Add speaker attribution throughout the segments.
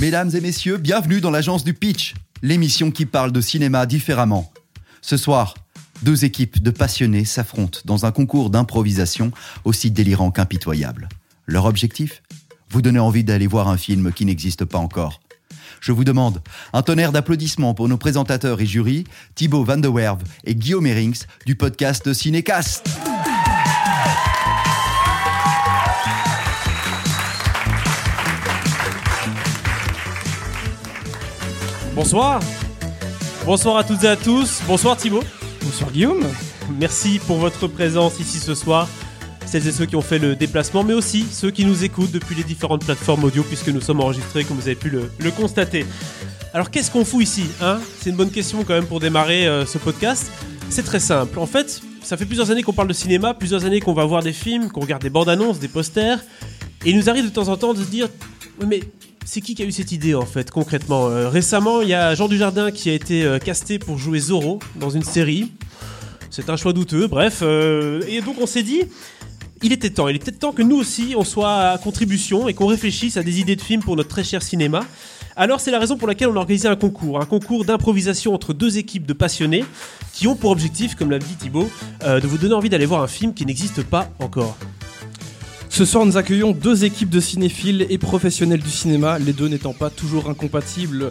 Speaker 1: Mesdames et messieurs, bienvenue dans l'agence du Pitch, l'émission qui parle de cinéma différemment. Ce soir, deux équipes de passionnés s'affrontent dans un concours d'improvisation aussi délirant qu'impitoyable. Leur objectif Vous donner envie d'aller voir un film qui n'existe pas encore. Je vous demande un tonnerre d'applaudissements pour nos présentateurs et jurys, Thibaut Van de Werve et Guillaume Erings du podcast Cinécast.
Speaker 2: Bonsoir. Bonsoir à toutes et à tous. Bonsoir Thibaut.
Speaker 3: Bonsoir Guillaume.
Speaker 2: Merci pour votre présence ici ce soir. Celles et ceux qui ont fait le déplacement, mais aussi ceux qui nous écoutent depuis les différentes plateformes audio, puisque nous sommes enregistrés, comme vous avez pu le, le constater. Alors qu'est-ce qu'on fout ici hein C'est une bonne question quand même pour démarrer euh, ce podcast. C'est très simple. En fait, ça fait plusieurs années qu'on parle de cinéma, plusieurs années qu'on va voir des films, qu'on regarde des bandes annonces, des posters, et il nous arrive de temps en temps de se dire, Oui, mais c'est qui qui a eu cette idée en fait concrètement Euh, Récemment, il y a Jean Dujardin qui a été euh, casté pour jouer Zorro dans une série. C'est un choix douteux, bref. euh, et donc on s'est dit, il était temps, il était temps que nous aussi on soit à contribution et qu'on réfléchisse à des idées de films pour notre très cher cinéma. Alors c'est la raison pour laquelle on a organisé un concours, un concours d'improvisation entre deux équipes de passionnés qui ont pour objectif, comme l'a dit Thibaut, euh, de vous donner envie d'aller voir un film qui n'existe pas encore.
Speaker 3: Ce soir, nous accueillons deux équipes de cinéphiles et professionnels du cinéma, les deux n'étant pas toujours incompatibles.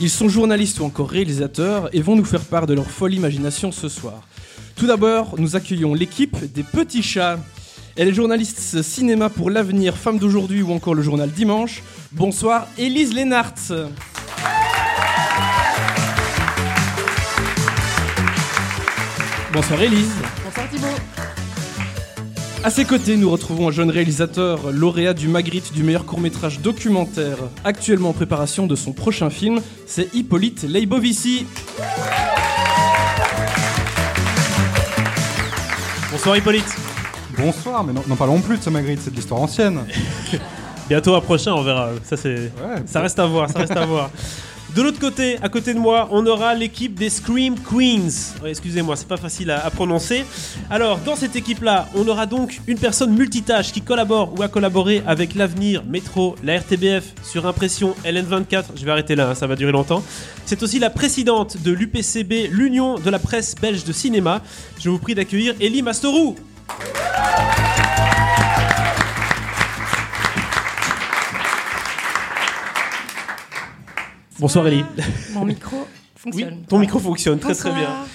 Speaker 3: Ils sont journalistes ou encore réalisateurs et vont nous faire part de leur folle imagination ce soir. Tout d'abord, nous accueillons l'équipe des Petits Chats. Elle est journaliste cinéma pour l'avenir, femme d'aujourd'hui ou encore le journal Dimanche. Bonsoir, Élise Lénart. Bonsoir, Élise.
Speaker 4: Bonsoir Thibaut.
Speaker 3: À ses côtés, nous retrouvons un jeune réalisateur, lauréat du Magritte du meilleur court-métrage documentaire, actuellement en préparation de son prochain film, c'est Hippolyte Leibovici.
Speaker 2: Bonsoir Hippolyte
Speaker 5: Bonsoir, mais non, n'en parlons plus de ce Magritte, c'est de l'histoire ancienne.
Speaker 2: Bientôt un prochain, on verra. Ça c'est...
Speaker 5: Ouais.
Speaker 2: Ça reste à voir, ça reste à voir. De l'autre côté, à côté de moi, on aura l'équipe des Scream Queens. Ouais, Excusez-moi, c'est pas facile à, à prononcer. Alors, dans cette équipe-là, on aura donc une personne multitâche qui collabore ou a collaboré avec l'Avenir, Métro, la RTBF, sur Impression, LN24. Je vais arrêter là, hein, ça va durer longtemps. C'est aussi la présidente de l'UPCB, l'Union de la presse belge de cinéma. Je vous prie d'accueillir Elie Mastorou. Bonsoir Elie.
Speaker 4: Mon micro
Speaker 2: Oui,
Speaker 4: fonctionne.
Speaker 2: ton micro fonctionne très très bien.
Speaker 4: Bonsoir.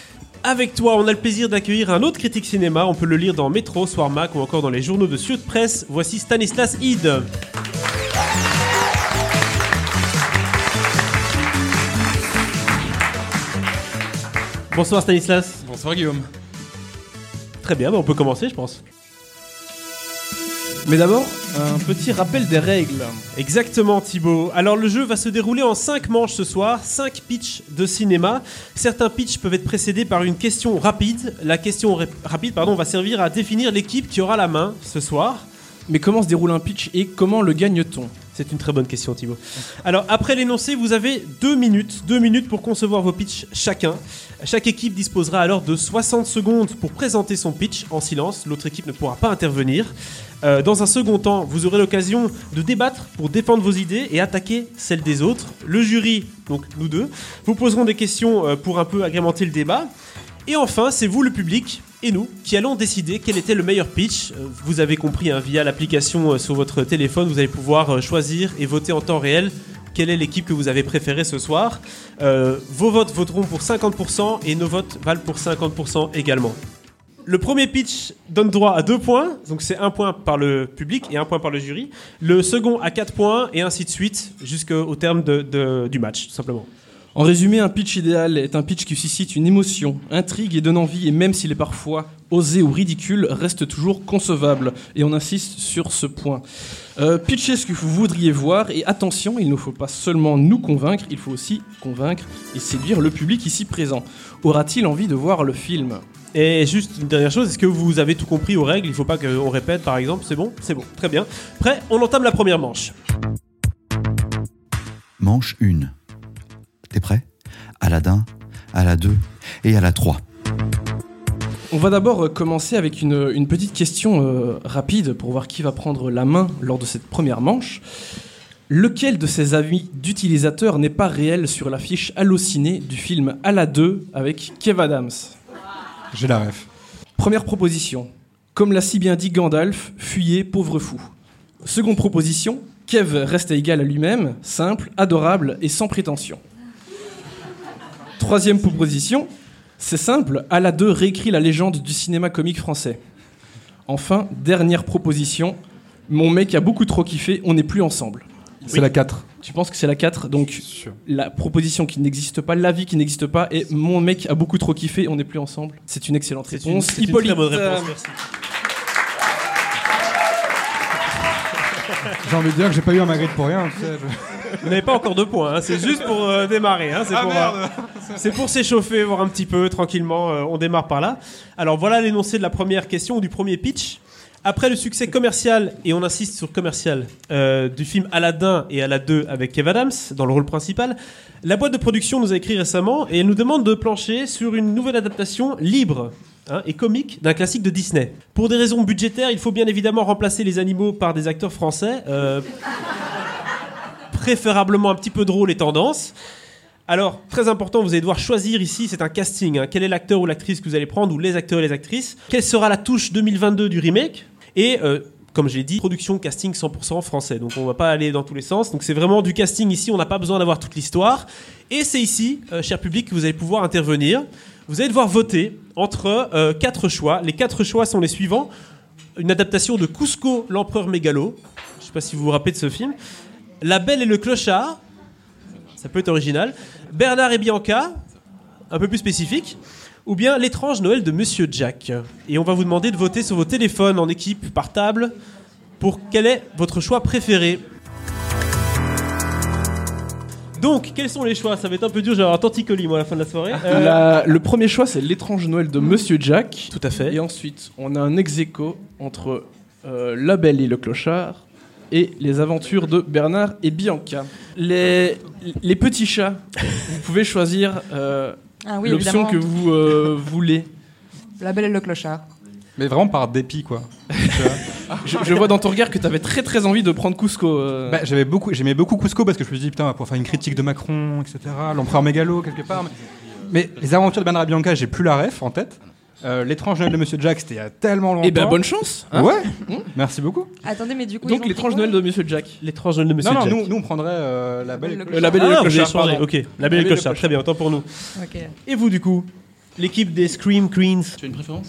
Speaker 2: Avec toi, on a le plaisir d'accueillir un autre critique cinéma. On peut le lire dans Métro, Soir Mac ou encore dans les journaux de Sud Presse. Voici Stanislas Ide. Bonsoir Stanislas.
Speaker 6: Bonsoir Guillaume.
Speaker 2: Très bien, bah on peut commencer, je pense.
Speaker 3: Mais d'abord, un petit rappel des règles.
Speaker 2: Exactement Thibaut. Alors le jeu va se dérouler en 5 manches ce soir, 5 pitchs de cinéma. Certains pitchs peuvent être précédés par une question rapide. La question ré- rapide pardon, va servir à définir l'équipe qui aura la main ce soir.
Speaker 3: Mais comment se déroule un pitch et comment le gagne-t-on
Speaker 2: C'est une très bonne question, Thibaut. Alors, après l'énoncé, vous avez deux minutes, deux minutes pour concevoir vos pitchs chacun. Chaque équipe disposera alors de 60 secondes pour présenter son pitch en silence. L'autre équipe ne pourra pas intervenir. Euh, dans un second temps, vous aurez l'occasion de débattre pour défendre vos idées et attaquer celles des autres. Le jury, donc nous deux, vous poseront des questions euh, pour un peu agrémenter le débat. Et enfin, c'est vous le public et nous qui allons décider quel était le meilleur pitch. Euh, Vous avez compris, hein, via l'application euh, sur votre téléphone, vous allez pouvoir euh, choisir et voter en temps réel quelle est l'équipe que vous avez préférée ce soir. Euh, vos votes voteront pour 50% et nos votes valent pour 50% également. Le premier pitch donne droit à deux points, donc c'est un point par le public et un point par le jury. Le second à quatre points et ainsi de suite jusqu'au terme de- de- du match, tout simplement.
Speaker 3: En résumé, un pitch idéal est un pitch qui suscite une émotion, intrigue et donne envie, et même s'il est parfois osé ou ridicule, reste toujours concevable. Et on insiste sur ce point. Euh, pitchez ce que vous voudriez voir, et attention, il ne faut pas seulement nous convaincre, il faut aussi convaincre et séduire le public ici présent. Aura-t-il envie de voir le film
Speaker 2: Et juste une dernière chose, est-ce que vous avez tout compris aux règles Il faut pas qu'on répète par exemple, c'est bon C'est bon, très bien. Prêt On entame la première manche.
Speaker 1: Manche 1. T'es prêt À la d'un, à la 2 et à la 3.
Speaker 3: On va d'abord euh, commencer avec une, une petite question euh, rapide pour voir qui va prendre la main lors de cette première manche. Lequel de ces avis d'utilisateurs n'est pas réel sur la fiche hallucinée du film À la 2 avec Kev Adams
Speaker 5: J'ai la ref.
Speaker 3: Première proposition. Comme l'a si bien dit Gandalf, fuyez, pauvre fou. Seconde proposition. Kev reste égal à lui-même, simple, adorable et sans prétention. Troisième proposition. C'est simple, à la 2 réécrit la légende du cinéma comique français. Enfin, dernière proposition. Mon mec a beaucoup trop kiffé, on n'est plus ensemble.
Speaker 5: C'est la 4.
Speaker 3: Tu penses que c'est la 4, donc
Speaker 5: Sûr.
Speaker 3: la proposition qui n'existe pas, l'avis qui n'existe pas, et mon mec a beaucoup trop kiffé, on n'est plus ensemble. C'est une excellente
Speaker 2: C'est une,
Speaker 3: réponse.
Speaker 2: c'est une
Speaker 3: Hippolyte,
Speaker 2: très bonne réponse,
Speaker 3: euh,
Speaker 2: merci.
Speaker 5: J'ai envie de dire que j'ai pas eu un Magritte pour rien. tu sais, je-
Speaker 2: Vous n'avez pas encore deux points, hein, c'est juste pour euh, démarrer. hein, c'est
Speaker 5: Ah,
Speaker 2: pour, euh,
Speaker 5: merde.
Speaker 2: C'est pour s'échauffer, voir un petit peu tranquillement. euh, on démarre par là. Alors voilà l'énoncé de la première question ou du premier pitch. Après le succès commercial, et on insiste sur commercial, euh, du film Aladdin et Aladdin 2 avec Kev Adams dans le rôle principal, la boîte de production nous a écrit récemment et elle nous demande de plancher sur une nouvelle adaptation libre hein, et comique d'un classique de Disney. Pour des raisons budgétaires, il faut bien évidemment remplacer les animaux par des acteurs français, euh, préférablement un petit peu drôles et tendances. Alors, très important, vous allez devoir choisir ici, c'est un casting. hein. Quel est l'acteur ou l'actrice que vous allez prendre, ou les acteurs et les actrices Quelle sera la touche 2022 du remake Et, euh, comme j'ai dit, production, casting 100% français. Donc, on va pas aller dans tous les sens. Donc, c'est vraiment du casting ici, on n'a pas besoin d'avoir toute l'histoire. Et c'est ici, euh, cher public, que vous allez pouvoir intervenir. Vous allez devoir voter entre euh, quatre choix. Les quatre choix sont les suivants une adaptation de Cusco, l'empereur mégalo. Je sais pas si vous vous rappelez de ce film. La Belle et le Clochard. Ça peut être original. Bernard et Bianca. Un peu plus spécifique. Ou bien L'étrange Noël de Monsieur Jack. Et on va vous demander de voter sur vos téléphones en équipe, par table, pour quel est votre choix préféré. Donc, quels sont les choix Ça va être un peu dur, j'ai un torticolis moi à la fin de la soirée. Euh,
Speaker 3: Ah. la- le premier choix, c'est l'étrange Noël de Monsieur Jack.
Speaker 2: Tout à fait.
Speaker 3: Et ensuite, on a un ex aequo entre euh, La Belle et le Clochard et les aventures de Bernard et Bianca. Les, les petits chats, vous pouvez choisir euh,
Speaker 4: Ah oui,
Speaker 3: l'option
Speaker 4: évidemment.
Speaker 3: que vous euh, voulez.
Speaker 4: La belle et le clochard.
Speaker 5: Mais vraiment par dépit, quoi. Tu vois.
Speaker 3: Je, je vois dans ton regard que tu avais très très envie de prendre Cusco. euh.
Speaker 5: Bah, j'avais beaucoup, j'aimais beaucoup Cusco parce que je me suis dit putain, pour faire une critique de Macron, etc. L'empereur mégalo quelque part. Mais, mais les aventures de Bernard et Bianca, j'ai plus la ref en tête. Euh, L'étrange Noël de Monsieur Jack, c'était il y a tellement longtemps.
Speaker 3: Eh ben bonne chance hein.
Speaker 5: Ouais. Merci beaucoup.
Speaker 4: Attendez, mais du coup. ils ont
Speaker 3: Donc
Speaker 4: pris
Speaker 3: l'étrange
Speaker 4: quoi
Speaker 3: Noël de Monsieur Jack.
Speaker 2: L'étrange Noël de Monsieur
Speaker 5: non, non,
Speaker 2: Jack.
Speaker 5: nous, nous, on prendrait euh, la belle.
Speaker 4: Le-
Speaker 3: Euh, la Belle et
Speaker 2: Ah, vous
Speaker 3: le
Speaker 2: avez
Speaker 3: Clochard.
Speaker 2: changé,
Speaker 3: pardon.
Speaker 2: ok. La Belle et
Speaker 3: La Belle et
Speaker 2: le
Speaker 3: le
Speaker 2: Clochard,
Speaker 3: Clochard.
Speaker 2: très bien, autant pour nous.
Speaker 4: Ok.
Speaker 2: Et vous, du coup L'équipe des Scream Queens.
Speaker 6: Tu as une préférence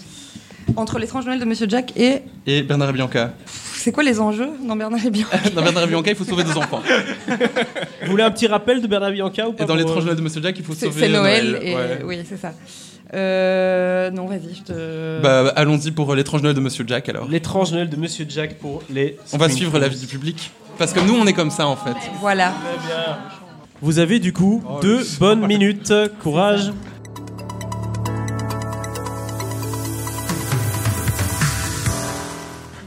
Speaker 4: Entre l'étrange Noël de Monsieur Jack et.
Speaker 6: Et Bernard et Bianca.
Speaker 4: C'est quoi les enjeux Non, Bernard est bien.
Speaker 6: Dans Bernard et Bianca, il faut sauver des enfants.
Speaker 2: Vous voulez un petit rappel de Bernard Bianca ou pas
Speaker 6: Et dans
Speaker 2: pour,
Speaker 3: Oh,
Speaker 6: l'étrange
Speaker 2: euh,
Speaker 6: Noël de Monsieur Jack, il faut
Speaker 4: C'est
Speaker 6: sauver
Speaker 4: c'est Noël,
Speaker 6: Noël,
Speaker 4: et.
Speaker 6: ouais.
Speaker 4: Oui, c'est ça. Euh, non, vas-y, je te.
Speaker 6: Bah, bah, allons-y pour euh, l'étrange Noël de Monsieur Jack alors.
Speaker 2: L'étrange Noël de Monsieur Jack pour les.
Speaker 6: On va
Speaker 2: Scream
Speaker 6: suivre l'avis
Speaker 2: Queens.
Speaker 6: du public. Parce que nous, on est comme ça en fait.
Speaker 4: Voilà.
Speaker 2: Vous avez du coup
Speaker 5: Oh,
Speaker 2: deux
Speaker 5: le-
Speaker 2: bonnes minutes. Courage.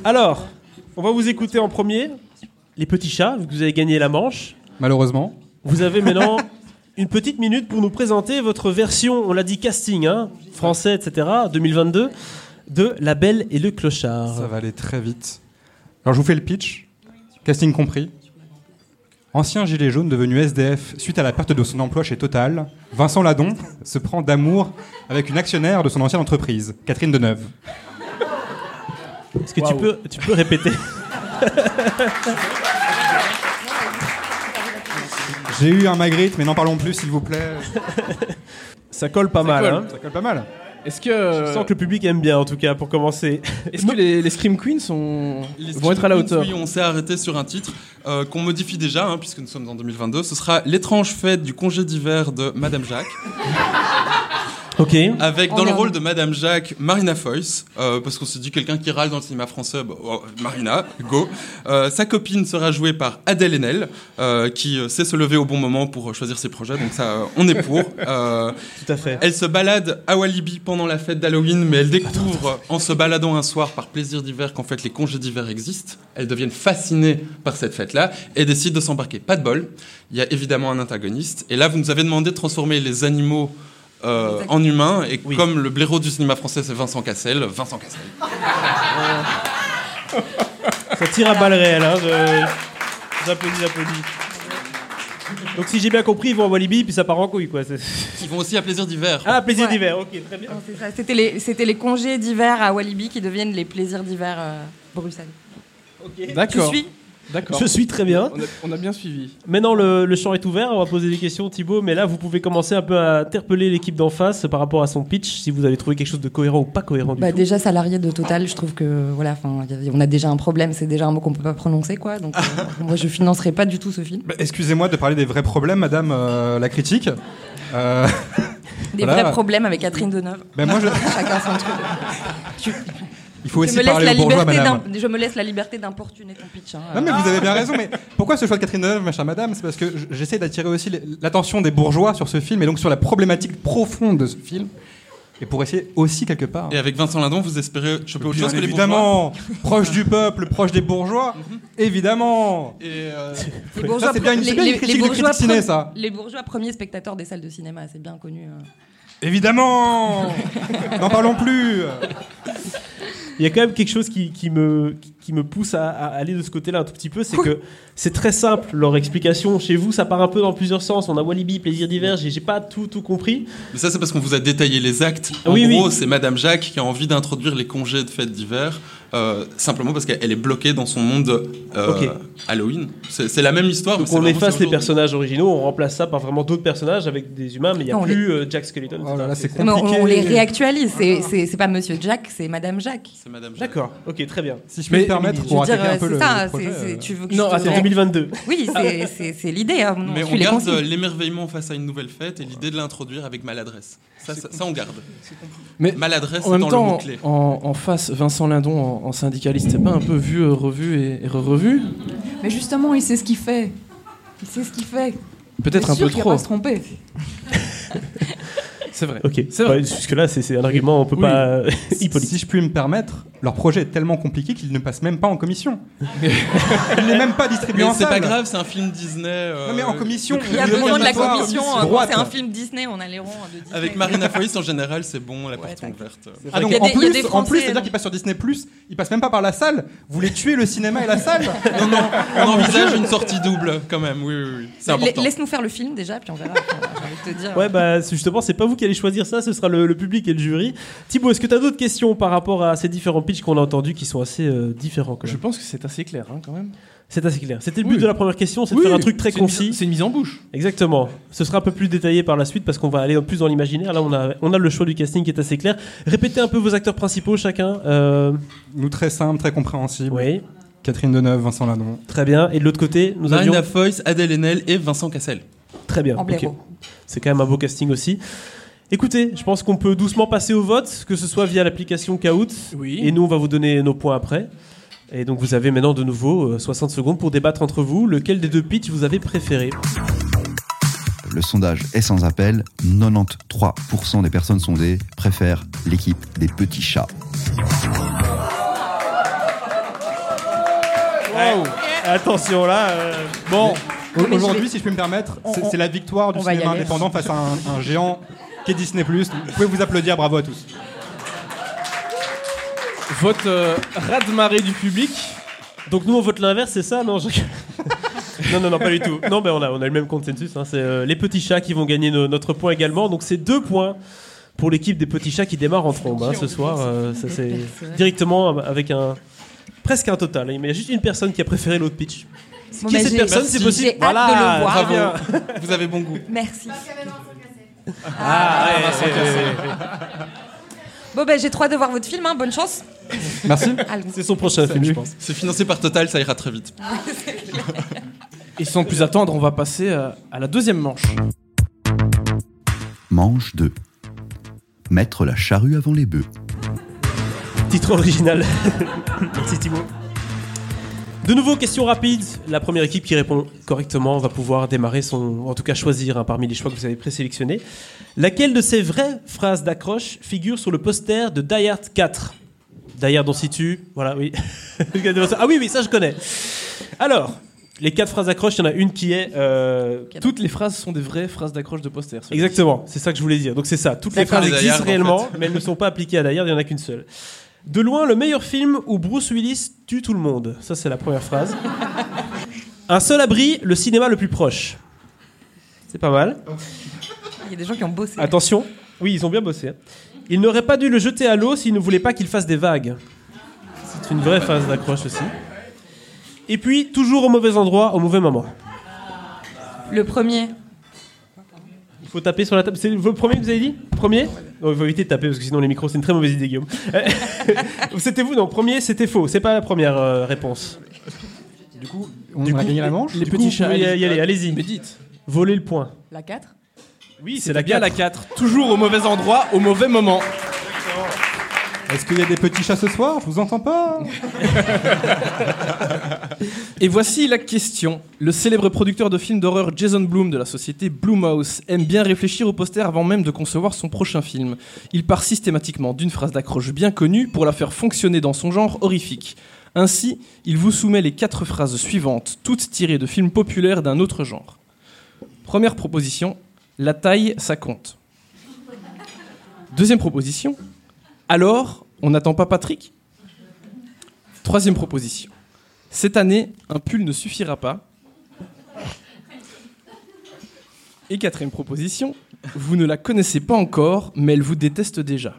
Speaker 2: Alors, on va vous écouter en premier. Les petits chats, vu que vous avez gagné la manche.
Speaker 5: Malheureusement.
Speaker 2: Vous avez maintenant une petite minute pour nous présenter votre version, on l'a dit casting, hein, français, etc., 2022, de La Belle et le
Speaker 5: Ça
Speaker 2: Clochard.
Speaker 5: va aller très vite. Alors, je vous fais le pitch, casting compris. Ancien gilet jaune devenu SDF suite à la perte de son emploi chez Total, Vincent Ladon se prend d'amour avec une actionnaire de son ancienne entreprise, Catherine Deneuve.
Speaker 2: Est-ce que tu, peux, tu peux répéter
Speaker 5: J'ai eu un Magritte, mais n'en parlons plus, s'il vous plaît.
Speaker 2: Ça colle pas mal.
Speaker 3: colle.
Speaker 2: hein. Euh,
Speaker 5: Ça colle pas mal.
Speaker 3: Est-ce que
Speaker 2: Je sens que le public aime bien, en tout cas, pour commencer.
Speaker 3: est-ce que les, les scream queens sont
Speaker 6: Les
Speaker 3: vont être à la
Speaker 6: Scream Queens,
Speaker 3: hauteur
Speaker 6: Oui, on s'est arrêté sur un titre euh, qu'on modifie déjà, hein, puisque nous sommes en 2022. Ce sera L'étrange fête du congé d'hiver de Madame Jacques,
Speaker 2: Ok.
Speaker 6: avec
Speaker 4: Oh
Speaker 6: dans le
Speaker 4: merde.
Speaker 6: rôle de Madame Jacques, Marina Foïs, euh, parce qu'on s'est dit quelqu'un qui râle dans le cinéma français, bah, oh, Marina, go. Euh, sa copine sera jouée par Adèle Haenel, euh, qui euh, sait se lever au bon moment pour euh, choisir ses projets, donc ça, euh, on est pour. Euh,
Speaker 2: Tout à fait.
Speaker 6: elle se balade à Walibi pendant la fête d'Halloween, mais elle découvre, en se baladant un soir par plaisir d'hiver, qu'en fait les congés d'hiver existent. Elle devient fascinée par cette fête-là et décide de s'embarquer. Pas de bol, il y a évidemment un antagoniste. Et là, vous nous avez demandé de transformer les animaux euh,
Speaker 4: Exact.
Speaker 6: en humains. Et
Speaker 2: Oui.
Speaker 6: comme le blaireau du cinéma français, c'est Vincent Cassel, Vincent Cassel.
Speaker 2: Ça tire à balles réelles. hein, je- J'applaudis, j'applaudis. Donc si j'ai bien compris, ils vont en Walibi puis ça part en couille quoi. c'est-
Speaker 6: Ils vont aussi à plaisir d'hiver.
Speaker 2: Ah plaisir
Speaker 4: Ouais.
Speaker 2: d'hiver, ok très bien.
Speaker 4: Non, c'est ça. C'était les, c'était les congés d'hiver à Walibi qui deviennent les plaisirs d'hiver euh, Bruxelles. Tu
Speaker 3: D'accord.
Speaker 4: suis
Speaker 3: D'accord.
Speaker 2: Je suis très bien.
Speaker 3: On a, on a bien suivi.
Speaker 2: Maintenant le, le champ est ouvert, on va poser des questions Thibaut, mais là vous pouvez commencer un peu à interpeller l'équipe d'en face par rapport à son pitch, si vous avez trouvé quelque chose de cohérent ou pas cohérent du
Speaker 4: bah,
Speaker 2: tout.
Speaker 4: Déjà salarié de Total, je trouve que voilà, enfin, y a- on a déjà un problème, c'est déjà un mot qu'on peut pas prononcer. quoi. Donc euh, moi, je financerai pas du tout ce film.
Speaker 5: Bah, Excusez-moi de parler des vrais problèmes, madame euh, la critique. Euh,
Speaker 4: Des
Speaker 5: Voilà.
Speaker 4: vrais problèmes avec Catherine Deneuve.
Speaker 5: ben moi, je-
Speaker 4: Chacun son truc. Tu-
Speaker 5: il faut
Speaker 4: je, me
Speaker 5: aussi
Speaker 4: laisse
Speaker 5: parler
Speaker 4: la
Speaker 5: aux bourgeois,
Speaker 4: liberté
Speaker 5: madame.
Speaker 4: d'im- je me laisse la liberté d'importuner ton pitch. hein.
Speaker 5: Non mais vous avez bien raison, mais pourquoi ce choix de Catherine Deneuve, ma chère madame C'est parce que j- j'essaie d'attirer aussi les- l'attention des bourgeois sur ce film et donc sur la problématique profonde de ce film, et pour essayer aussi quelque part.
Speaker 6: Et avec Vincent Lindon, vous espérez choper autre
Speaker 5: Bien
Speaker 6: chose que les bourgeois
Speaker 5: évidemment, proche du peuple, proche des bourgeois, évidemment.
Speaker 6: Et, euh,
Speaker 4: Les bourgeois,
Speaker 5: c'est bien une- c'est
Speaker 4: les-
Speaker 5: bien une
Speaker 4: les-
Speaker 5: critique
Speaker 4: les
Speaker 5: de
Speaker 4: bourgeois
Speaker 5: critique ciné,
Speaker 4: pre-
Speaker 5: ça.
Speaker 4: Les bourgeois premiers spectateurs des salles de cinéma, c'est bien connu. euh.
Speaker 5: Évidemment N'en parlons plus
Speaker 2: Il y a quand même quelque chose qui, qui me, qui, qui me pousse à, à aller de ce côté-là un tout petit peu, c'est que c'est très simple leur explication. Chez vous, ça part un peu dans plusieurs sens. On a Walibi, plaisir d'hiver, j'ai j'ai pas tout, tout compris.
Speaker 6: Mais ça, c'est parce qu'on vous a détaillé les actes. En
Speaker 2: Ah Oui, oui.
Speaker 6: gros, c'est Madame Jacques qui a envie d'introduire les congés de fête d'hiver, euh, simplement parce qu'elle est bloquée dans son monde euh,
Speaker 2: Ok.
Speaker 6: Halloween. C'est c'est la même histoire, mais
Speaker 2: Donc
Speaker 6: c'est
Speaker 2: on
Speaker 6: vraiment
Speaker 2: efface
Speaker 6: ça
Speaker 2: les
Speaker 6: aujourd'hui.
Speaker 2: personnages originaux, on remplace ça par vraiment d'autres personnages avec des humains, mais il n'y a
Speaker 4: Non, on
Speaker 2: plus euh, Jack Skeleton.
Speaker 5: Oh là là, c'est
Speaker 4: Mais on,
Speaker 5: compliqué.
Speaker 4: on les réactualise. C'est- C'est c'est pas Monsieur Jack, c'est Madame Jack.
Speaker 6: C'est Madame Jacques.
Speaker 2: D'accord, ok, très bien.
Speaker 5: Si je peux me
Speaker 3: Mais-
Speaker 5: permettre,
Speaker 4: Je
Speaker 5: pour
Speaker 4: veux dire,
Speaker 5: attaquer un
Speaker 4: euh,
Speaker 5: peu
Speaker 4: c'est
Speaker 5: le,
Speaker 4: ça.
Speaker 5: le projet,
Speaker 4: c'est- c'est-
Speaker 5: euh,
Speaker 4: tu veux que je
Speaker 3: Non,
Speaker 4: te
Speaker 3: ah, c'est
Speaker 4: ré-
Speaker 2: En 2022.
Speaker 4: Oui, c'est- c'est c'est l'idée. hein, on
Speaker 6: Mais
Speaker 4: suit
Speaker 6: on
Speaker 4: les
Speaker 6: garde
Speaker 4: consignes.
Speaker 6: euh, l'émerveillement face à une nouvelle fête et l'idée de l'introduire avec maladresse. Ça, ça, ça, on garde.
Speaker 3: Mais
Speaker 6: Maladresse
Speaker 3: en même
Speaker 6: étant le
Speaker 3: temps,
Speaker 6: mot-clé.
Speaker 3: en, en face, Vincent Lindon en, en syndicaliste, c'est pas un peu vu, euh, revu et, et re-revu
Speaker 7: Mais justement, il sait ce qu'il fait. Il sait ce qu'il fait.
Speaker 3: Peut-être un peu
Speaker 7: Il va
Speaker 3: trop.
Speaker 7: pas se tromper.
Speaker 3: C'est vrai.
Speaker 2: Ok,
Speaker 3: C'est vrai.
Speaker 2: Ouais, Bah, Jusque-là, c'est c'est un argument, on peut
Speaker 3: Oui.
Speaker 2: pas. Hippolyte.
Speaker 5: Si je puis me permettre, leur projet est tellement compliqué qu'il ne passe même pas en commission. Il n'est même pas distribué
Speaker 6: Mais
Speaker 5: en
Speaker 6: c'est pas
Speaker 5: salle.
Speaker 6: grave, c'est un film Disney. euh,
Speaker 5: Non mais en commission,
Speaker 4: Il y a
Speaker 5: on demande
Speaker 4: besoin de la
Speaker 5: une histoire
Speaker 4: commission. hein, quand
Speaker 5: droite.
Speaker 4: C'est un film Disney, on a les ronds de Disney.
Speaker 6: Avec Marina Foïs, en général, c'est bon, la porte
Speaker 4: t'inquiète.
Speaker 6: ouverte.
Speaker 5: Ah donc,
Speaker 4: Il y a
Speaker 5: en
Speaker 4: des- il y a
Speaker 5: plus,
Speaker 4: des
Speaker 5: en plus,
Speaker 4: Français,
Speaker 5: c'est-à-dire
Speaker 4: donc.
Speaker 5: qu'il passe sur Disney+, il passe même pas par la salle. Vous voulez tuer le cinéma et la salle
Speaker 6: Non, non, on envisage une sortie double quand même, oui, oui, oui. C'est
Speaker 4: La-
Speaker 6: important.
Speaker 4: Laisse-nous faire le film déjà, puis on verra. J'ai envie de te dire.
Speaker 2: Ouais, bah c'est- justement, c'est pas vous qui allez choisir ça, ce sera le, le public et le jury. Thibaut, est-ce que tu as d'autres questions par rapport à ces différents pitchs qu'on a entendus qui sont assez euh, différents quand
Speaker 3: Je
Speaker 2: même
Speaker 3: pense que c'est assez clair hein, quand même.
Speaker 2: C'est assez clair. C'était le but
Speaker 3: Oui.
Speaker 2: de la première question, c'est de faire un truc très
Speaker 3: c'est une
Speaker 2: concis.
Speaker 3: mise- C'est une mise en bouche.
Speaker 2: Exactement. Ce sera un peu plus détaillé par la suite parce qu'on va aller plus dans l'imaginaire. Là, on a, on a le choix du casting qui est assez clair. Répétez un peu vos acteurs principaux chacun. Euh,
Speaker 5: Nous très simple, très compréhensible.
Speaker 2: oui,
Speaker 5: Catherine Deneuve, Vincent Lindon.
Speaker 2: très bien. Et de l'autre côté, nous avions
Speaker 6: Marina Foïs, Adèle Haenel et Vincent Cassel.
Speaker 2: très bien.
Speaker 4: En blaireau.
Speaker 2: Ok. C'est quand même un beau casting aussi. Écoutez, je pense qu'on peut doucement passer au vote, que ce soit via l'application Kahoot.
Speaker 3: Oui.
Speaker 2: Et nous, on va vous donner nos points après. Et donc, vous avez maintenant de nouveau euh, 60 secondes pour débattre entre vous. Lequel des deux pitchs vous avez préféré
Speaker 1: Le sondage est sans appel. 93% des personnes sondées préfèrent l'équipe des petits chats.
Speaker 2: Ouais. Attention là. euh,
Speaker 5: Bon,
Speaker 4: Oh. mais je
Speaker 5: aujourd'hui,
Speaker 4: vais-
Speaker 5: si je peux me permettre,
Speaker 4: On-
Speaker 5: c'est
Speaker 4: on-
Speaker 5: c'est la victoire du
Speaker 4: on va y
Speaker 5: cinéma
Speaker 4: aller.
Speaker 5: indépendant face à un, un géant qui est Disney+. Vous pouvez vous applaudir, bravo à tous.
Speaker 3: Vote euh, raz-de-marée du public.
Speaker 2: Donc nous on vote l'inverse, c'est ça Non, je- non, non, non, pas du tout. Non, mais on a, on a le même consensus. hein. C'est euh, les petits chats qui vont gagner no- notre point également. Donc c'est deux points pour l'équipe des petits chats qui démarre en trombe hein, ce soir. Euh, ça, c'est directement avec un presque un total. Il y a juste une personne qui a préféré l'autre pitch.
Speaker 4: Bon,
Speaker 2: qui est
Speaker 4: bah,
Speaker 2: cette
Speaker 4: j'ai-
Speaker 2: personne C'est
Speaker 4: j'ai
Speaker 2: possible.
Speaker 4: hâte
Speaker 2: Voilà.
Speaker 4: de le voir.
Speaker 2: très bien.
Speaker 6: Vous avez bon goût.
Speaker 4: Merci.
Speaker 2: Ah, ouais, ouais, ouais, ouais.
Speaker 4: Bon, ben, j'ai trop hâte de voir votre film. hein. Bonne chance.
Speaker 5: Merci.
Speaker 4: Allons.
Speaker 2: C'est son prochain film, je pense.
Speaker 6: C'est financé par Total, ça ira très vite.
Speaker 3: Et sans plus attendre, on va passer euh, à la deuxième manche.
Speaker 1: Manche 2. Mettre la charrue avant les bœufs.
Speaker 2: Titre original. Merci Thibaut. De nouveau, question rapide. La première équipe qui répond correctement va pouvoir démarrer son. En tout cas, choisir hein, parmi les choix que vous avez présélectionnés. Laquelle de ces vraies phrases d'accroche figure sur le poster de Die Hard 4 Die Hard, on situe. Voilà, oui. ah oui, oui, ça je connais. Alors, les quatre phrases d'accroche, il y en a une qui est. euh,
Speaker 3: Toutes les phrases sont des vraies phrases d'accroche de poster. soit dit.
Speaker 2: Exactement, c'est ça que je voulais dire. Donc c'est ça, toutes les
Speaker 4: D'accord.
Speaker 2: phrases
Speaker 6: Les
Speaker 2: existent
Speaker 6: Dayard, en
Speaker 2: réellement, mais elles ne sont pas appliquées à d'ailleurs, il n'y en a qu'une seule. De loin, le meilleur film où Bruce Willis tue tout le monde. Ça, c'est la première phrase. Un seul abri, le cinéma le plus proche. C'est pas mal.
Speaker 4: Il y a des gens qui ont bossé.
Speaker 2: Attention. Oui, ils ont bien bossé. hein. Ils n'auraient pas dû le jeter à l'eau s'ils ne voulaient pas qu'il fasse des vagues. C'est une vraie phase d'accroche aussi. Et puis, toujours au mauvais endroit, au mauvais moment.
Speaker 4: Le premier.
Speaker 2: Il faut taper sur la table. C'est le premier que vous avez dit Premier Non, il faut éviter de taper parce que sinon les micros, c'est une très mauvaise idée, Guillaume. Euh, c'était vous, non Premier, c'était faux. C'est pas la première euh, réponse.
Speaker 5: Du coup, on
Speaker 2: Du
Speaker 5: a
Speaker 2: coup,
Speaker 5: gagné la manche
Speaker 3: Les
Speaker 2: Du
Speaker 3: petits
Speaker 2: coup, vous
Speaker 3: chats.
Speaker 2: pouvez y aller, allez-y.
Speaker 3: Mais dites.
Speaker 2: Voler le point.
Speaker 4: La 4
Speaker 2: Oui, c'est
Speaker 3: C'est
Speaker 2: la
Speaker 3: bien
Speaker 2: gala.
Speaker 3: la 4. Toujours au mauvais endroit, au mauvais moment.
Speaker 5: Est-ce qu'il y a des petits chats ce soir Je vous entends pas
Speaker 3: Et voici la question. Le célèbre producteur de films d'horreur Jason Blum de la société Blumhouse aime bien réfléchir au poster avant même de concevoir son prochain film. Il part systématiquement d'une phrase d'accroche bien connue pour la faire fonctionner dans son genre horrifique. Ainsi, il vous soumet les quatre phrases suivantes, toutes tirées de films populaires d'un autre genre. Première proposition, la taille, ça compte. Deuxième proposition, alors, on n'attend pas Patrick Troisième proposition. Cette année, un pull ne suffira pas. Et quatrième proposition, vous ne la connaissez pas encore, mais elle vous déteste déjà.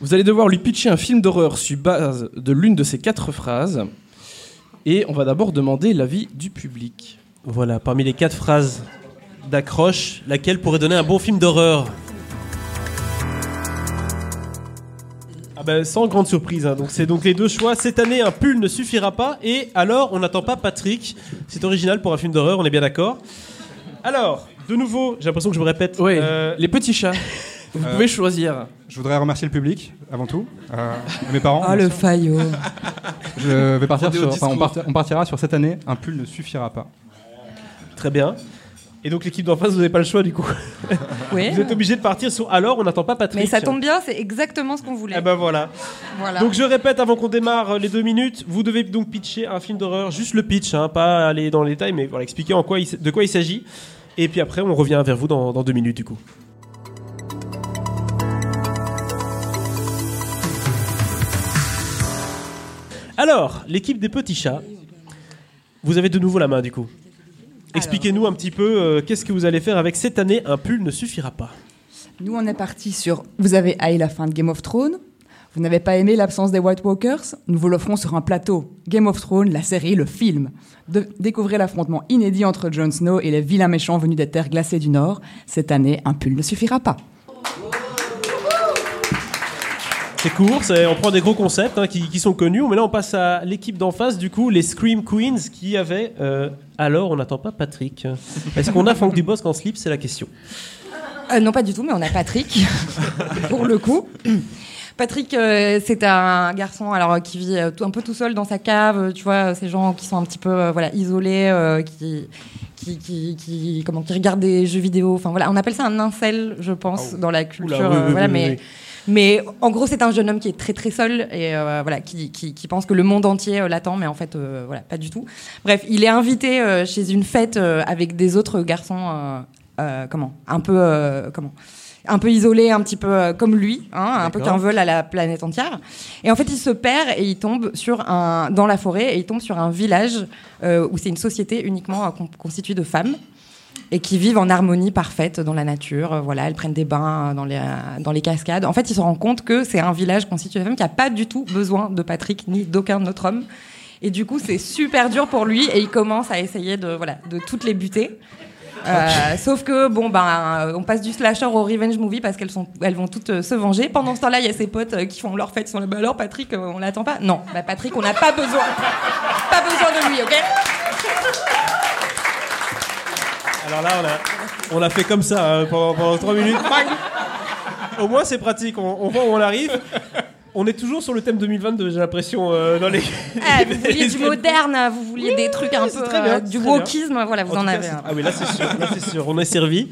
Speaker 3: Vous allez devoir lui pitcher un film d'horreur sur base de l'une de ces quatre phrases. Et on va d'abord demander l'avis du public.
Speaker 2: Voilà, parmi les quatre phrases d'accroche, laquelle pourrait donner un bon film d'horreur Ah ben, sans grande surprise, hein. donc c'est donc les deux choix. Cette année, un pull ne suffira pas, et alors on n'attend pas Patrick. C'est original pour un film d'horreur, on est bien d'accord. Alors, de nouveau, j'ai l'impression que je me répète.
Speaker 3: Oui,
Speaker 2: Euh,
Speaker 3: les petits chats. Vous
Speaker 5: Euh,
Speaker 3: pouvez choisir.
Speaker 5: Je voudrais remercier le public, avant tout. Euh, mes parents.
Speaker 4: Ah, le faillot.
Speaker 5: Je vais partir sur,
Speaker 6: Rendez au
Speaker 5: enfin, on,
Speaker 6: discours.
Speaker 5: part- on partira sur cette année. Un pull ne suffira pas.
Speaker 2: Très bien. Et donc l'équipe d'en face, vous n'avez pas le choix du coup.
Speaker 4: Oui.
Speaker 2: Vous êtes obligé de partir sur alors on n'attend pas Patrick.
Speaker 4: Mais ça tombe bien, c'est exactement ce qu'on voulait.
Speaker 2: Eh ben voilà.
Speaker 4: Voilà.
Speaker 2: Donc je répète avant qu'on démarre euh, les deux minutes, vous devez donc pitcher un film d'horreur, juste le pitch, hein, pas aller dans les détails, mais voilà, expliquer en quoi il s- de quoi il s'agit. Et puis après, on revient vers vous dans, dans deux minutes du coup. Alors, l'équipe des petits chats, vous avez de nouveau la main du coup. Expliquez-nous un petit peu euh, qu'est-ce que vous allez faire avec cette année, un pull ne suffira pas.
Speaker 7: Nous, on est parti sur vous avez haï la fin de Game of Thrones, vous n'avez pas aimé l'absence des White Walkers, nous vous l'offrons sur un plateau. Game of Thrones, la série, le film. De- découvrez l'affrontement inédit entre Jon Snow et les vilains méchants venus des terres glacées du Nord. Cette année, un pull ne suffira pas.
Speaker 2: C'est court, c'est- on prend des gros concepts hein, qui, qui sont connus, mais là on passe à l'équipe d'en face, du coup, les Scream Queens qui avaient. euh, alors, on n'attend pas Patrick. Est-ce qu'on a Franck Dubosc en slip C'est la question.
Speaker 4: Euh, non, pas du tout, mais on a Patrick, pour le coup. Patrick, euh, c'est un garçon alors euh, qui vit euh, tout- un peu tout seul dans sa cave, euh, tu vois, euh, ces gens qui sont un petit peu euh, voilà isolés, euh, qui, qui, qui, qui- comment, qui regardent des jeux vidéo. Enfin voilà, on appelle ça un incel, je pense, dans la culture.
Speaker 2: Ah, oui,
Speaker 4: euh,
Speaker 2: oui,
Speaker 4: voilà,
Speaker 2: oui,
Speaker 4: mais
Speaker 2: oui.
Speaker 4: mais en gros, c'est un jeune homme qui est très très seul et euh, voilà qui, qui, qui pense que le monde entier euh, l'attend, mais en fait euh, voilà pas du tout. Bref, il est invité euh, chez une fête euh, avec des autres garçons, euh, euh, comment, un peu euh, comment, un peu isolés, un petit peu euh, comme lui, hein, un peu
Speaker 2: D'accord.
Speaker 4: qu'un veulent à la planète entière. Et en fait, il se perd et il tombe sur un dans la forêt et il tombe sur un village euh, où c'est une société uniquement euh, con- constituée de femmes et qui vivent en harmonie parfaite dans la nature. Euh, Voilà, elles prennent des bains euh, dans les, euh, dans les cascades. En fait, ils se rendent compte que c'est un village constitué de femmes qui n'a pas du tout besoin de Patrick ni d'aucun autre homme. Et du coup, c'est super dur pour lui et il commence à essayer de, voilà, de toutes les buter. Euh, sauf que bon ben euh, on passe du slasher au revenge movie parce qu'elles sont elles vont toutes euh, se venger. Pendant ce temps-là, il y a ses potes euh, qui font leur fête, ils sont là bah alors Patrick, euh, on l'attend pas. Non, bah Patrick, on n'a pas besoin, pas besoin de lui, ok
Speaker 2: Alors là, on a, on a fait comme ça hein, pendant, pendant trois minutes. Bang Au moins, c'est pratique, on, on voit où on arrive. On est toujours sur le thème 2022, j'ai l'impression, euh, dans les.
Speaker 4: Ah, vous vouliez du
Speaker 2: les-
Speaker 4: moderne, hein, vous vouliez des trucs un
Speaker 2: c'est
Speaker 4: peu
Speaker 2: très bien,
Speaker 4: euh,
Speaker 2: c'est
Speaker 4: du
Speaker 2: très bien.
Speaker 4: wokisme, voilà, vous
Speaker 2: En
Speaker 4: en,
Speaker 2: tout cas,
Speaker 4: avez.
Speaker 2: c'est-
Speaker 4: un.
Speaker 2: Ah oui, là c'est sûr, là, c'est sûr, on est servi.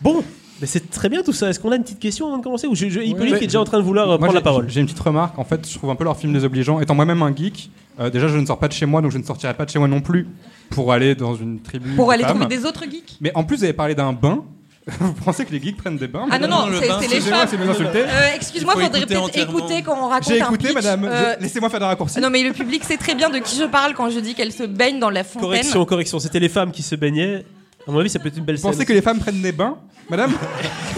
Speaker 2: Bon, mais c'est très bien tout ça. Est-ce qu'on a une petite question avant de commencer Ou je, je- Hippolyte
Speaker 5: Ouais.
Speaker 2: qui est déjà en train de vouloir euh,
Speaker 5: Moi,
Speaker 2: prendre
Speaker 5: j'ai-
Speaker 2: la parole.
Speaker 5: J'ai une petite remarque. En fait, je trouve un peu leur film désobligeant. Étant moi-même un geek, euh, déjà, je ne sors pas de chez moi, donc je ne sortirai pas de chez moi non plus pour aller dans une tribu.
Speaker 4: Pour
Speaker 5: de
Speaker 4: aller
Speaker 5: femmes.
Speaker 4: trouver des autres geeks
Speaker 5: Mais en plus, vous avez parlé d'un bain. Vous pensez que les geeks prennent des bains
Speaker 4: Ah non,
Speaker 5: madame
Speaker 4: non,
Speaker 6: le
Speaker 4: c'est
Speaker 6: bain,
Speaker 4: c'est les
Speaker 5: Excusez-moi,
Speaker 4: femmes.
Speaker 5: c'est vous insulter.
Speaker 4: Euh, Excuse-moi,
Speaker 6: Il faut
Speaker 4: faudrait
Speaker 6: écouter
Speaker 4: peut-être
Speaker 6: entièrement.
Speaker 4: écouter quand on raconte
Speaker 5: J'ai
Speaker 4: un
Speaker 5: écouté,
Speaker 4: pitch,
Speaker 5: madame.
Speaker 4: euh,
Speaker 5: Je- Laissez-moi faire des raccourcis.
Speaker 4: Non, mais le public sait très bien de qui je parle quand je dis qu'elle se baigne dans la fontaine.
Speaker 2: Correction, correction, c'était les femmes qui se baignaient. À mon avis, ça peut être une belle
Speaker 5: Vous
Speaker 2: scène.
Speaker 5: pensez que les femmes prennent des bains Madame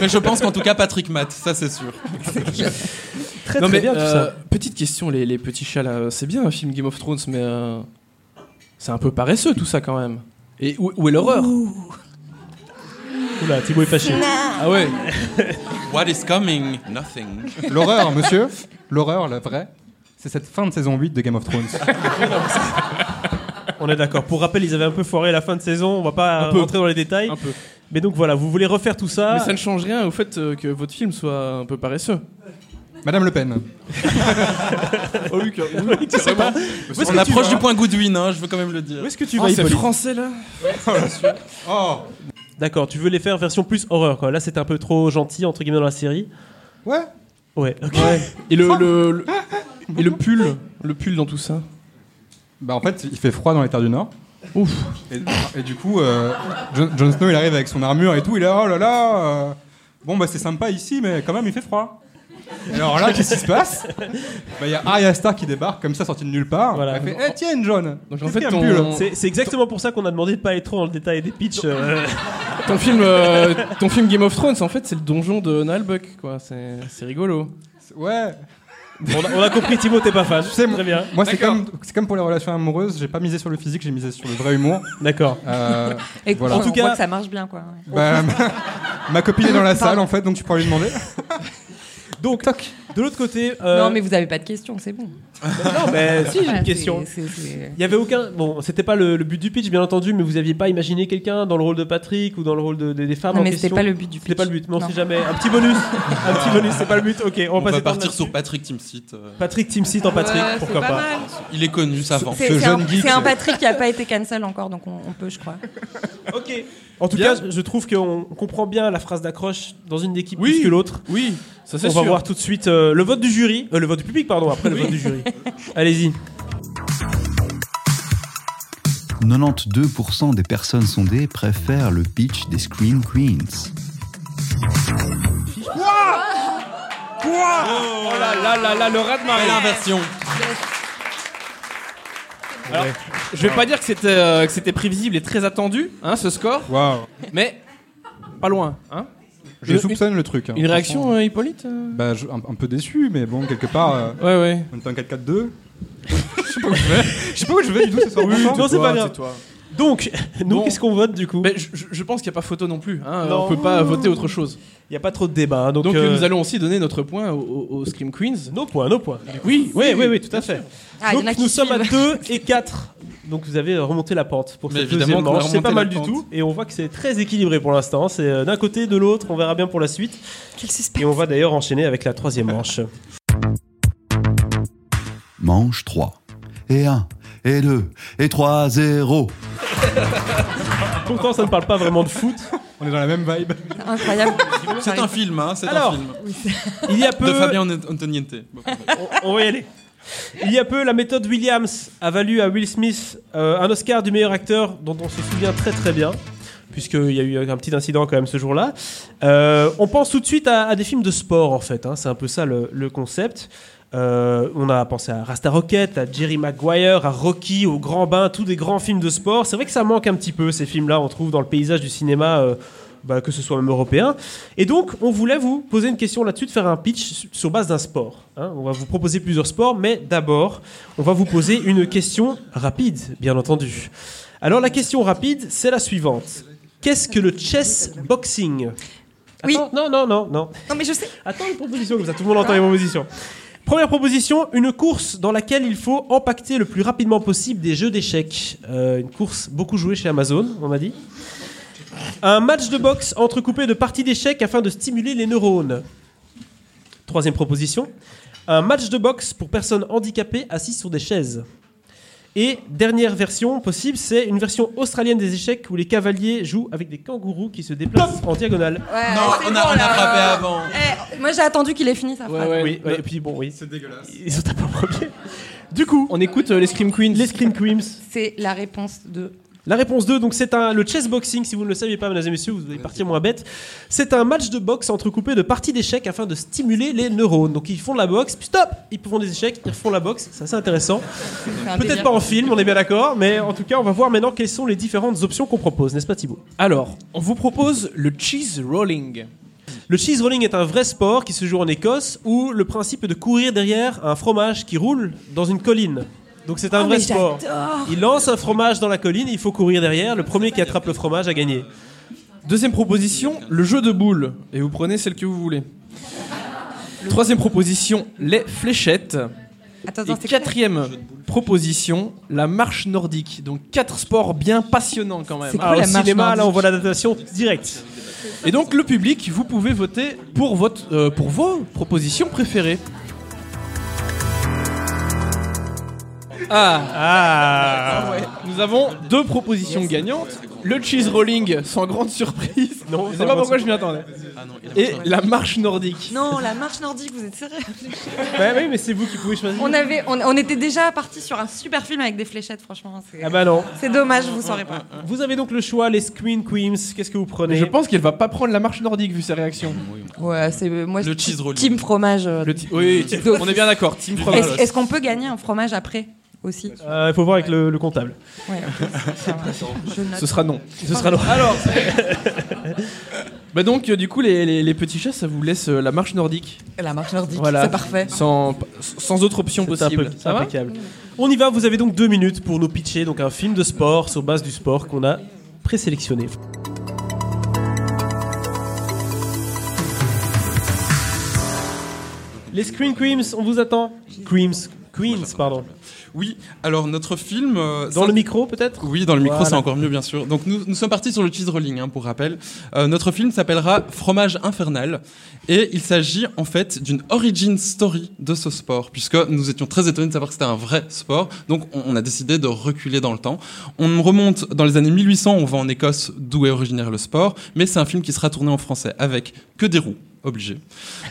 Speaker 6: Mais je pense qu'en tout cas, Patrick Matt, ça c'est sûr.
Speaker 2: Très,
Speaker 3: Non,
Speaker 2: très
Speaker 3: mais,
Speaker 2: bien tout
Speaker 3: euh,
Speaker 2: ça.
Speaker 3: petite question, les, les petits chats là, c'est bien un film Game of Thrones, mais euh, c'est un peu paresseux tout ça quand même. Et où, où est l'horreur
Speaker 2: Oula, Thibaut est fâché.
Speaker 3: Ah ouais
Speaker 6: What is coming? Nothing.
Speaker 5: L'horreur, monsieur. L'horreur, la vraie. C'est cette fin de saison 8 de Game of Thrones.
Speaker 2: On est d'accord. Pour rappel, ils avaient un peu foiré la fin de saison. On va pas
Speaker 3: Un peu.
Speaker 2: rentrer dans les détails.
Speaker 3: Un peu.
Speaker 2: Mais donc voilà, vous voulez refaire tout ça.
Speaker 3: Mais ça ne change rien au fait euh, que votre film soit un peu paresseux.
Speaker 5: Madame Le Pen.
Speaker 3: Oh oui,
Speaker 2: Je sais pas. est-ce
Speaker 6: On
Speaker 2: que tu
Speaker 6: approche
Speaker 2: vas
Speaker 6: du point Goodwin, hein, je veux quand même le dire.
Speaker 2: Où est-ce que tu vas,
Speaker 3: Ah, c'est
Speaker 2: Hippolyte
Speaker 3: français là
Speaker 5: Oh
Speaker 2: D'accord, tu veux les faire version plus horreur, quoi. Là, c'est un peu trop gentil, entre guillemets, dans la série.
Speaker 5: Ouais
Speaker 2: Ouais, ok.
Speaker 3: Et le, le- le- et le pull Le pull dans tout ça
Speaker 5: Bah en fait, il fait froid dans les terres du Nord.
Speaker 3: Ouf.
Speaker 5: Et, et du coup, euh, Jon Jon Snow, il arrive avec son armure et tout. Il est là, oh là là. euh, bon, bah c'est sympa ici, mais quand même, il fait froid. Et alors là, qu'est-ce qui se passe Bah il y a Arya Stark qui débarque comme ça, sortie de nulle part.
Speaker 2: Voilà.
Speaker 5: Elle fait, eh tiens, John.
Speaker 3: Donc, en
Speaker 5: qu'est-ce
Speaker 3: fait,
Speaker 5: qu'il y a un
Speaker 3: ton-
Speaker 5: pull
Speaker 2: C'est c'est exactement pour ça qu'on a demandé de pas aller trop dans le détail des pitchs. euh.
Speaker 3: Ton film, euh, ton film Game of Thrones, en fait, c'est le donjon de Nalbuck, quoi. C'est c'est rigolo.
Speaker 5: Ouais.
Speaker 2: On, a, on a compris, Thibaut, t'es pas fan.
Speaker 5: sais, moi-
Speaker 2: Très bien.
Speaker 5: Moi, c'est
Speaker 6: D'accord.
Speaker 5: comme, c'est comme pour les relations amoureuses. J'ai pas misé sur le physique, j'ai misé sur le vrai humour.
Speaker 2: D'accord.
Speaker 5: Euh,
Speaker 4: Et
Speaker 5: Voilà.
Speaker 4: on
Speaker 5: En
Speaker 2: tout
Speaker 4: voit
Speaker 2: cas-
Speaker 4: que ça marche bien, quoi. ouais.
Speaker 5: bah, ma, ma copine est dans la salle en fait, donc tu pourras lui demander.
Speaker 2: Donc, de l'autre côté. euh,
Speaker 4: Non, mais vous avez pas de questions, c'est bon.
Speaker 2: non, mais si, j'ai
Speaker 4: Voilà,
Speaker 2: une question.
Speaker 4: c'est- c'est- c'est-
Speaker 2: Il y avait aucun. Bon, c'était pas le, le but du pitch, bien entendu, mais vous aviez pas imaginé quelqu'un dans le rôle de Patrick ou dans le rôle de- de- des femmes
Speaker 4: Non,
Speaker 2: en
Speaker 4: mais
Speaker 2: question
Speaker 4: c'était pas le but du
Speaker 2: C'était
Speaker 4: pitch.
Speaker 2: pas le but, mais on
Speaker 4: Non.
Speaker 2: sait jamais. Un petit bonus Un petit bonus, c'est pas le but. Ok, on,
Speaker 6: On va
Speaker 2: passer par
Speaker 6: partir
Speaker 2: là-dessus.
Speaker 6: sur Patrick Timsit. euh,
Speaker 2: Patrick Timsit en Patrick,
Speaker 4: Ouais, c'est
Speaker 2: pourquoi pas.
Speaker 4: mal.
Speaker 6: Il est connu, ça avance.
Speaker 4: C'est
Speaker 5: Ce
Speaker 4: c'est un,
Speaker 5: jeune geek,
Speaker 4: c'est un
Speaker 5: c'est-
Speaker 4: Patrick qui a pas été cancel encore, donc on, on peut, je crois.
Speaker 2: Ok. En tout
Speaker 6: Bien.
Speaker 2: cas, je trouve qu'on comprend bien la phrase d'accroche dans une équipe
Speaker 3: Oui.
Speaker 2: plus que l'autre.
Speaker 3: Oui, ça
Speaker 2: On
Speaker 3: c'est
Speaker 2: va
Speaker 3: sûr.
Speaker 2: voir tout de suite euh, le vote du jury, euh, le vote du public, pardon, après le vote du jury. Allez-y.
Speaker 1: 92% des personnes sondées préfèrent le pitch des Scream Queens.
Speaker 3: Oh là là là là, le rat de
Speaker 6: Belle
Speaker 3: marée.
Speaker 6: inversion.
Speaker 3: Je vais pas dire que c'était euh, que c'était prévisible et très attendu, hein, ce score,
Speaker 5: Waouh.
Speaker 3: mais pas loin, hein.
Speaker 5: Je
Speaker 3: Une-
Speaker 5: soupçonne le truc. hein.
Speaker 3: Une réaction, euh, Hippolyte euh
Speaker 5: Bah, je- un, un peu déçu, mais bon, quelque part, euh,
Speaker 3: Ouais, ouais.
Speaker 5: on est en 4-4-2. je sais pas où je vais. Je sais pas où je vais du tout ce soir.
Speaker 2: Oui,
Speaker 5: Bonsoir.
Speaker 2: non, c'est pas grave.
Speaker 3: toi.
Speaker 2: Donc, nous,
Speaker 3: Bon.
Speaker 2: qu'est-ce qu'on vote du coup
Speaker 3: Mais je, je- je pense qu'il n'y a pas photo non plus. Hein.
Speaker 2: Non.
Speaker 3: On peut pas voter autre chose.
Speaker 2: Il n'y a pas trop de débat. hein, donc,
Speaker 3: Donc,
Speaker 2: euh,
Speaker 3: nous allons aussi donner notre point aux au, au Scream Queens.
Speaker 2: Nos points, nos points.
Speaker 3: Oui,
Speaker 2: Oui, oui, oui, tout à fait.
Speaker 4: Ah, il y en a
Speaker 2: Donc
Speaker 4: qui
Speaker 2: nous sommes à
Speaker 4: suivent.
Speaker 2: 2 et 4. Donc vous avez euh, remonté la pente pour
Speaker 6: Mais
Speaker 2: cette
Speaker 6: évidemment
Speaker 2: deuxième
Speaker 6: qu'on a
Speaker 2: manche. C'est pas
Speaker 6: remonté
Speaker 2: mal
Speaker 6: la
Speaker 2: du
Speaker 6: pente.
Speaker 2: tout. Et on voit que c'est très équilibré pour l'instant. C'est euh, d'un côté, de l'autre. On verra bien pour la suite.
Speaker 4: Quel
Speaker 2: Et
Speaker 4: suspense.
Speaker 2: on va d'ailleurs enchaîner avec la troisième manche.
Speaker 1: Manche 3. Et 1, et 2, et 3, 0.
Speaker 2: Pourtant, ça ne parle pas vraiment de foot.
Speaker 5: On est dans la même vibe.
Speaker 4: Incroyable.
Speaker 6: C'est un film, hein, c'est un
Speaker 2: Alors,
Speaker 6: film.
Speaker 2: Il y a peu.
Speaker 6: De Fabien Antoniente. Bon, bref.
Speaker 2: on, on va y aller. Il y a peu, la méthode Williams a valu à Will Smith euh, un Oscar du meilleur acteur dont on se souvient très très bien, puisqu'il y a eu un petit incident quand même ce jour-là. Euh, on pense tout de suite à, à des films de sport en fait, hein, c'est un peu ça le, le concept. Euh, on a pensé à Rasta Rocket, à Jerry Maguire, à Rocky, au Grand Bain, tous des grands films de sport. C'est vrai que ça manque un petit peu ces films-là, on trouve dans le paysage du cinéma, euh, bah, que ce soit même européen. Et donc, on voulait vous poser une question là-dessus, de faire un pitch su- sur base d'un sport. hein. On va vous proposer plusieurs sports, mais d'abord, on va vous poser une question rapide, bien entendu. Alors, la question rapide, c'est la suivante. Qu'est-ce que le chess boxing
Speaker 4: Oui.
Speaker 2: Attends, Non, non, non, non.
Speaker 4: Non, mais je sais.
Speaker 2: Attends une proposition, comme ça tout le monde entend les propositions. Première proposition, une course dans laquelle il faut impacter le plus rapidement possible des jeux d'échecs. Euh, une course beaucoup jouée chez Amazon, on m'a dit. Un match de boxe entrecoupé de parties d'échecs afin de stimuler les neurones. Troisième proposition, un match de boxe pour personnes handicapées assises sur des chaises. Et dernière version possible, c'est une version australienne des échecs où les cavaliers jouent avec des kangourous qui se déplacent en diagonale.
Speaker 4: Ouais,
Speaker 6: Non,
Speaker 4: c'est
Speaker 6: on a,
Speaker 4: bon,
Speaker 6: on a
Speaker 4: là.
Speaker 6: frappé avant.
Speaker 4: Eh, moi, j'ai attendu qu'il ait fini sa phrase.
Speaker 3: Ouais,
Speaker 2: oui,
Speaker 3: Ah le-
Speaker 2: ouais, et puis bon, oui,
Speaker 6: C'est dégueulasse.
Speaker 2: ils sont un peu premiers. Du coup,
Speaker 3: On écoute euh, les Scream Queens.
Speaker 2: les Scream Queens.
Speaker 4: C'est la réponse de
Speaker 2: La réponse 2, donc c'est un, le chess boxing, si vous ne le saviez pas, mesdames et messieurs, vous allez partir moins bête. C'est un match de boxe entrecoupé de parties d'échecs afin de stimuler les neurones. Donc ils font de la boxe, puis stop Ils font des échecs, ils refont la boxe, c'est assez intéressant. Peut-être pas en film, on est bien d'accord, mais en tout cas, on va voir maintenant quelles sont les différentes options qu'on propose, n'est-ce pas Thibaut
Speaker 3: Alors, on vous propose le cheese rolling.
Speaker 2: Le cheese rolling est un vrai sport qui se joue en Écosse où le principe est de courir derrière un fromage qui roule dans une colline. Donc c'est un vrai sport. Il lance un fromage dans la colline, il faut courir derrière. Le premier qui attrape le fromage a gagné.
Speaker 3: Deuxième proposition, le jeu de boules. Et vous prenez celle que vous voulez. Troisième proposition, les fléchettes.
Speaker 4: Attends,
Speaker 3: Et
Speaker 4: attends, c'est quoi
Speaker 3: quatrième proposition, la marche nordique. Donc quatre sports bien passionnants quand même.
Speaker 4: C'est
Speaker 2: Ah,
Speaker 4: quoi
Speaker 2: au
Speaker 4: la marche
Speaker 2: cinéma, là, on
Speaker 4: nordique
Speaker 2: voit l'adaptation directe.
Speaker 3: Et donc le public, vous pouvez voter pour, votre, euh, pour vos propositions préférées. Ah,
Speaker 2: Ah
Speaker 3: nous avons deux propositions gagnantes. Le cheese rolling, sans grande surprise.
Speaker 2: Non,
Speaker 3: je
Speaker 2: sans
Speaker 3: sais pas
Speaker 2: grande
Speaker 3: pourquoi je m'y attendais. Et la marche nordique.
Speaker 8: Non, la marche nordique, vous êtes sérieux
Speaker 2: Bah oui, mais c'est vous qui pouvez choisir.
Speaker 4: on, avait, on, on était déjà parti sur un super film avec des fléchettes, franchement. C'est
Speaker 2: Ah bah non.
Speaker 4: c'est dommage, vous saurez pas.
Speaker 2: Vous avez donc le choix, les Screen Queens, qu'est-ce que vous prenez
Speaker 3: Je pense qu'elle va pas prendre la marche nordique vu sa réaction.
Speaker 4: Ouais, c'est moi.
Speaker 6: Le
Speaker 4: je-
Speaker 6: cheese roll.
Speaker 4: Team fromage. euh,
Speaker 3: Le ti- oui, ti- on est bien d'accord. Team Fromage.
Speaker 4: Est-ce est-ce qu'on peut gagner un fromage après aussi
Speaker 2: Euh, Il faut voir avec le, le comptable.
Speaker 4: Ouais, ok, ça va. Je note.
Speaker 3: Ce sera non.
Speaker 2: Ce sera notre...
Speaker 3: Alors. bah donc euh, du coup les, les- les petits chats ça vous laisse euh, la marche nordique
Speaker 4: La marche nordique,
Speaker 3: Voilà.
Speaker 4: c'est parfait.
Speaker 3: sans sans autre option possible.
Speaker 2: C'est
Speaker 3: Ça va
Speaker 2: impeccable. On y va, vous avez donc deux minutes pour nous pitcher donc un film de sport sur base du sport qu'on a présélectionné. Les Screen Queens, on vous attend. Queens, Queens, pardon.
Speaker 6: Oui, alors notre film. euh,
Speaker 2: Dans
Speaker 6: s'in-
Speaker 2: le micro peut-être
Speaker 6: Oui, dans le micro,
Speaker 2: Voilà.
Speaker 6: c'est encore mieux, bien sûr. Donc, nous, nous sommes partis sur le cheese rolling, hein, pour rappel. Euh, notre film s'appellera Fromage Infernal. Et il s'agit, en fait, d'une origin story de ce sport, puisque nous étions très étonnés de savoir que c'était un vrai sport. Donc, on, on a décidé de reculer dans le temps. On remonte dans les années 1800, on va en Écosse, d'où est originaire le sport. Mais c'est un film qui sera tourné en français, avec que des roues. Obligé.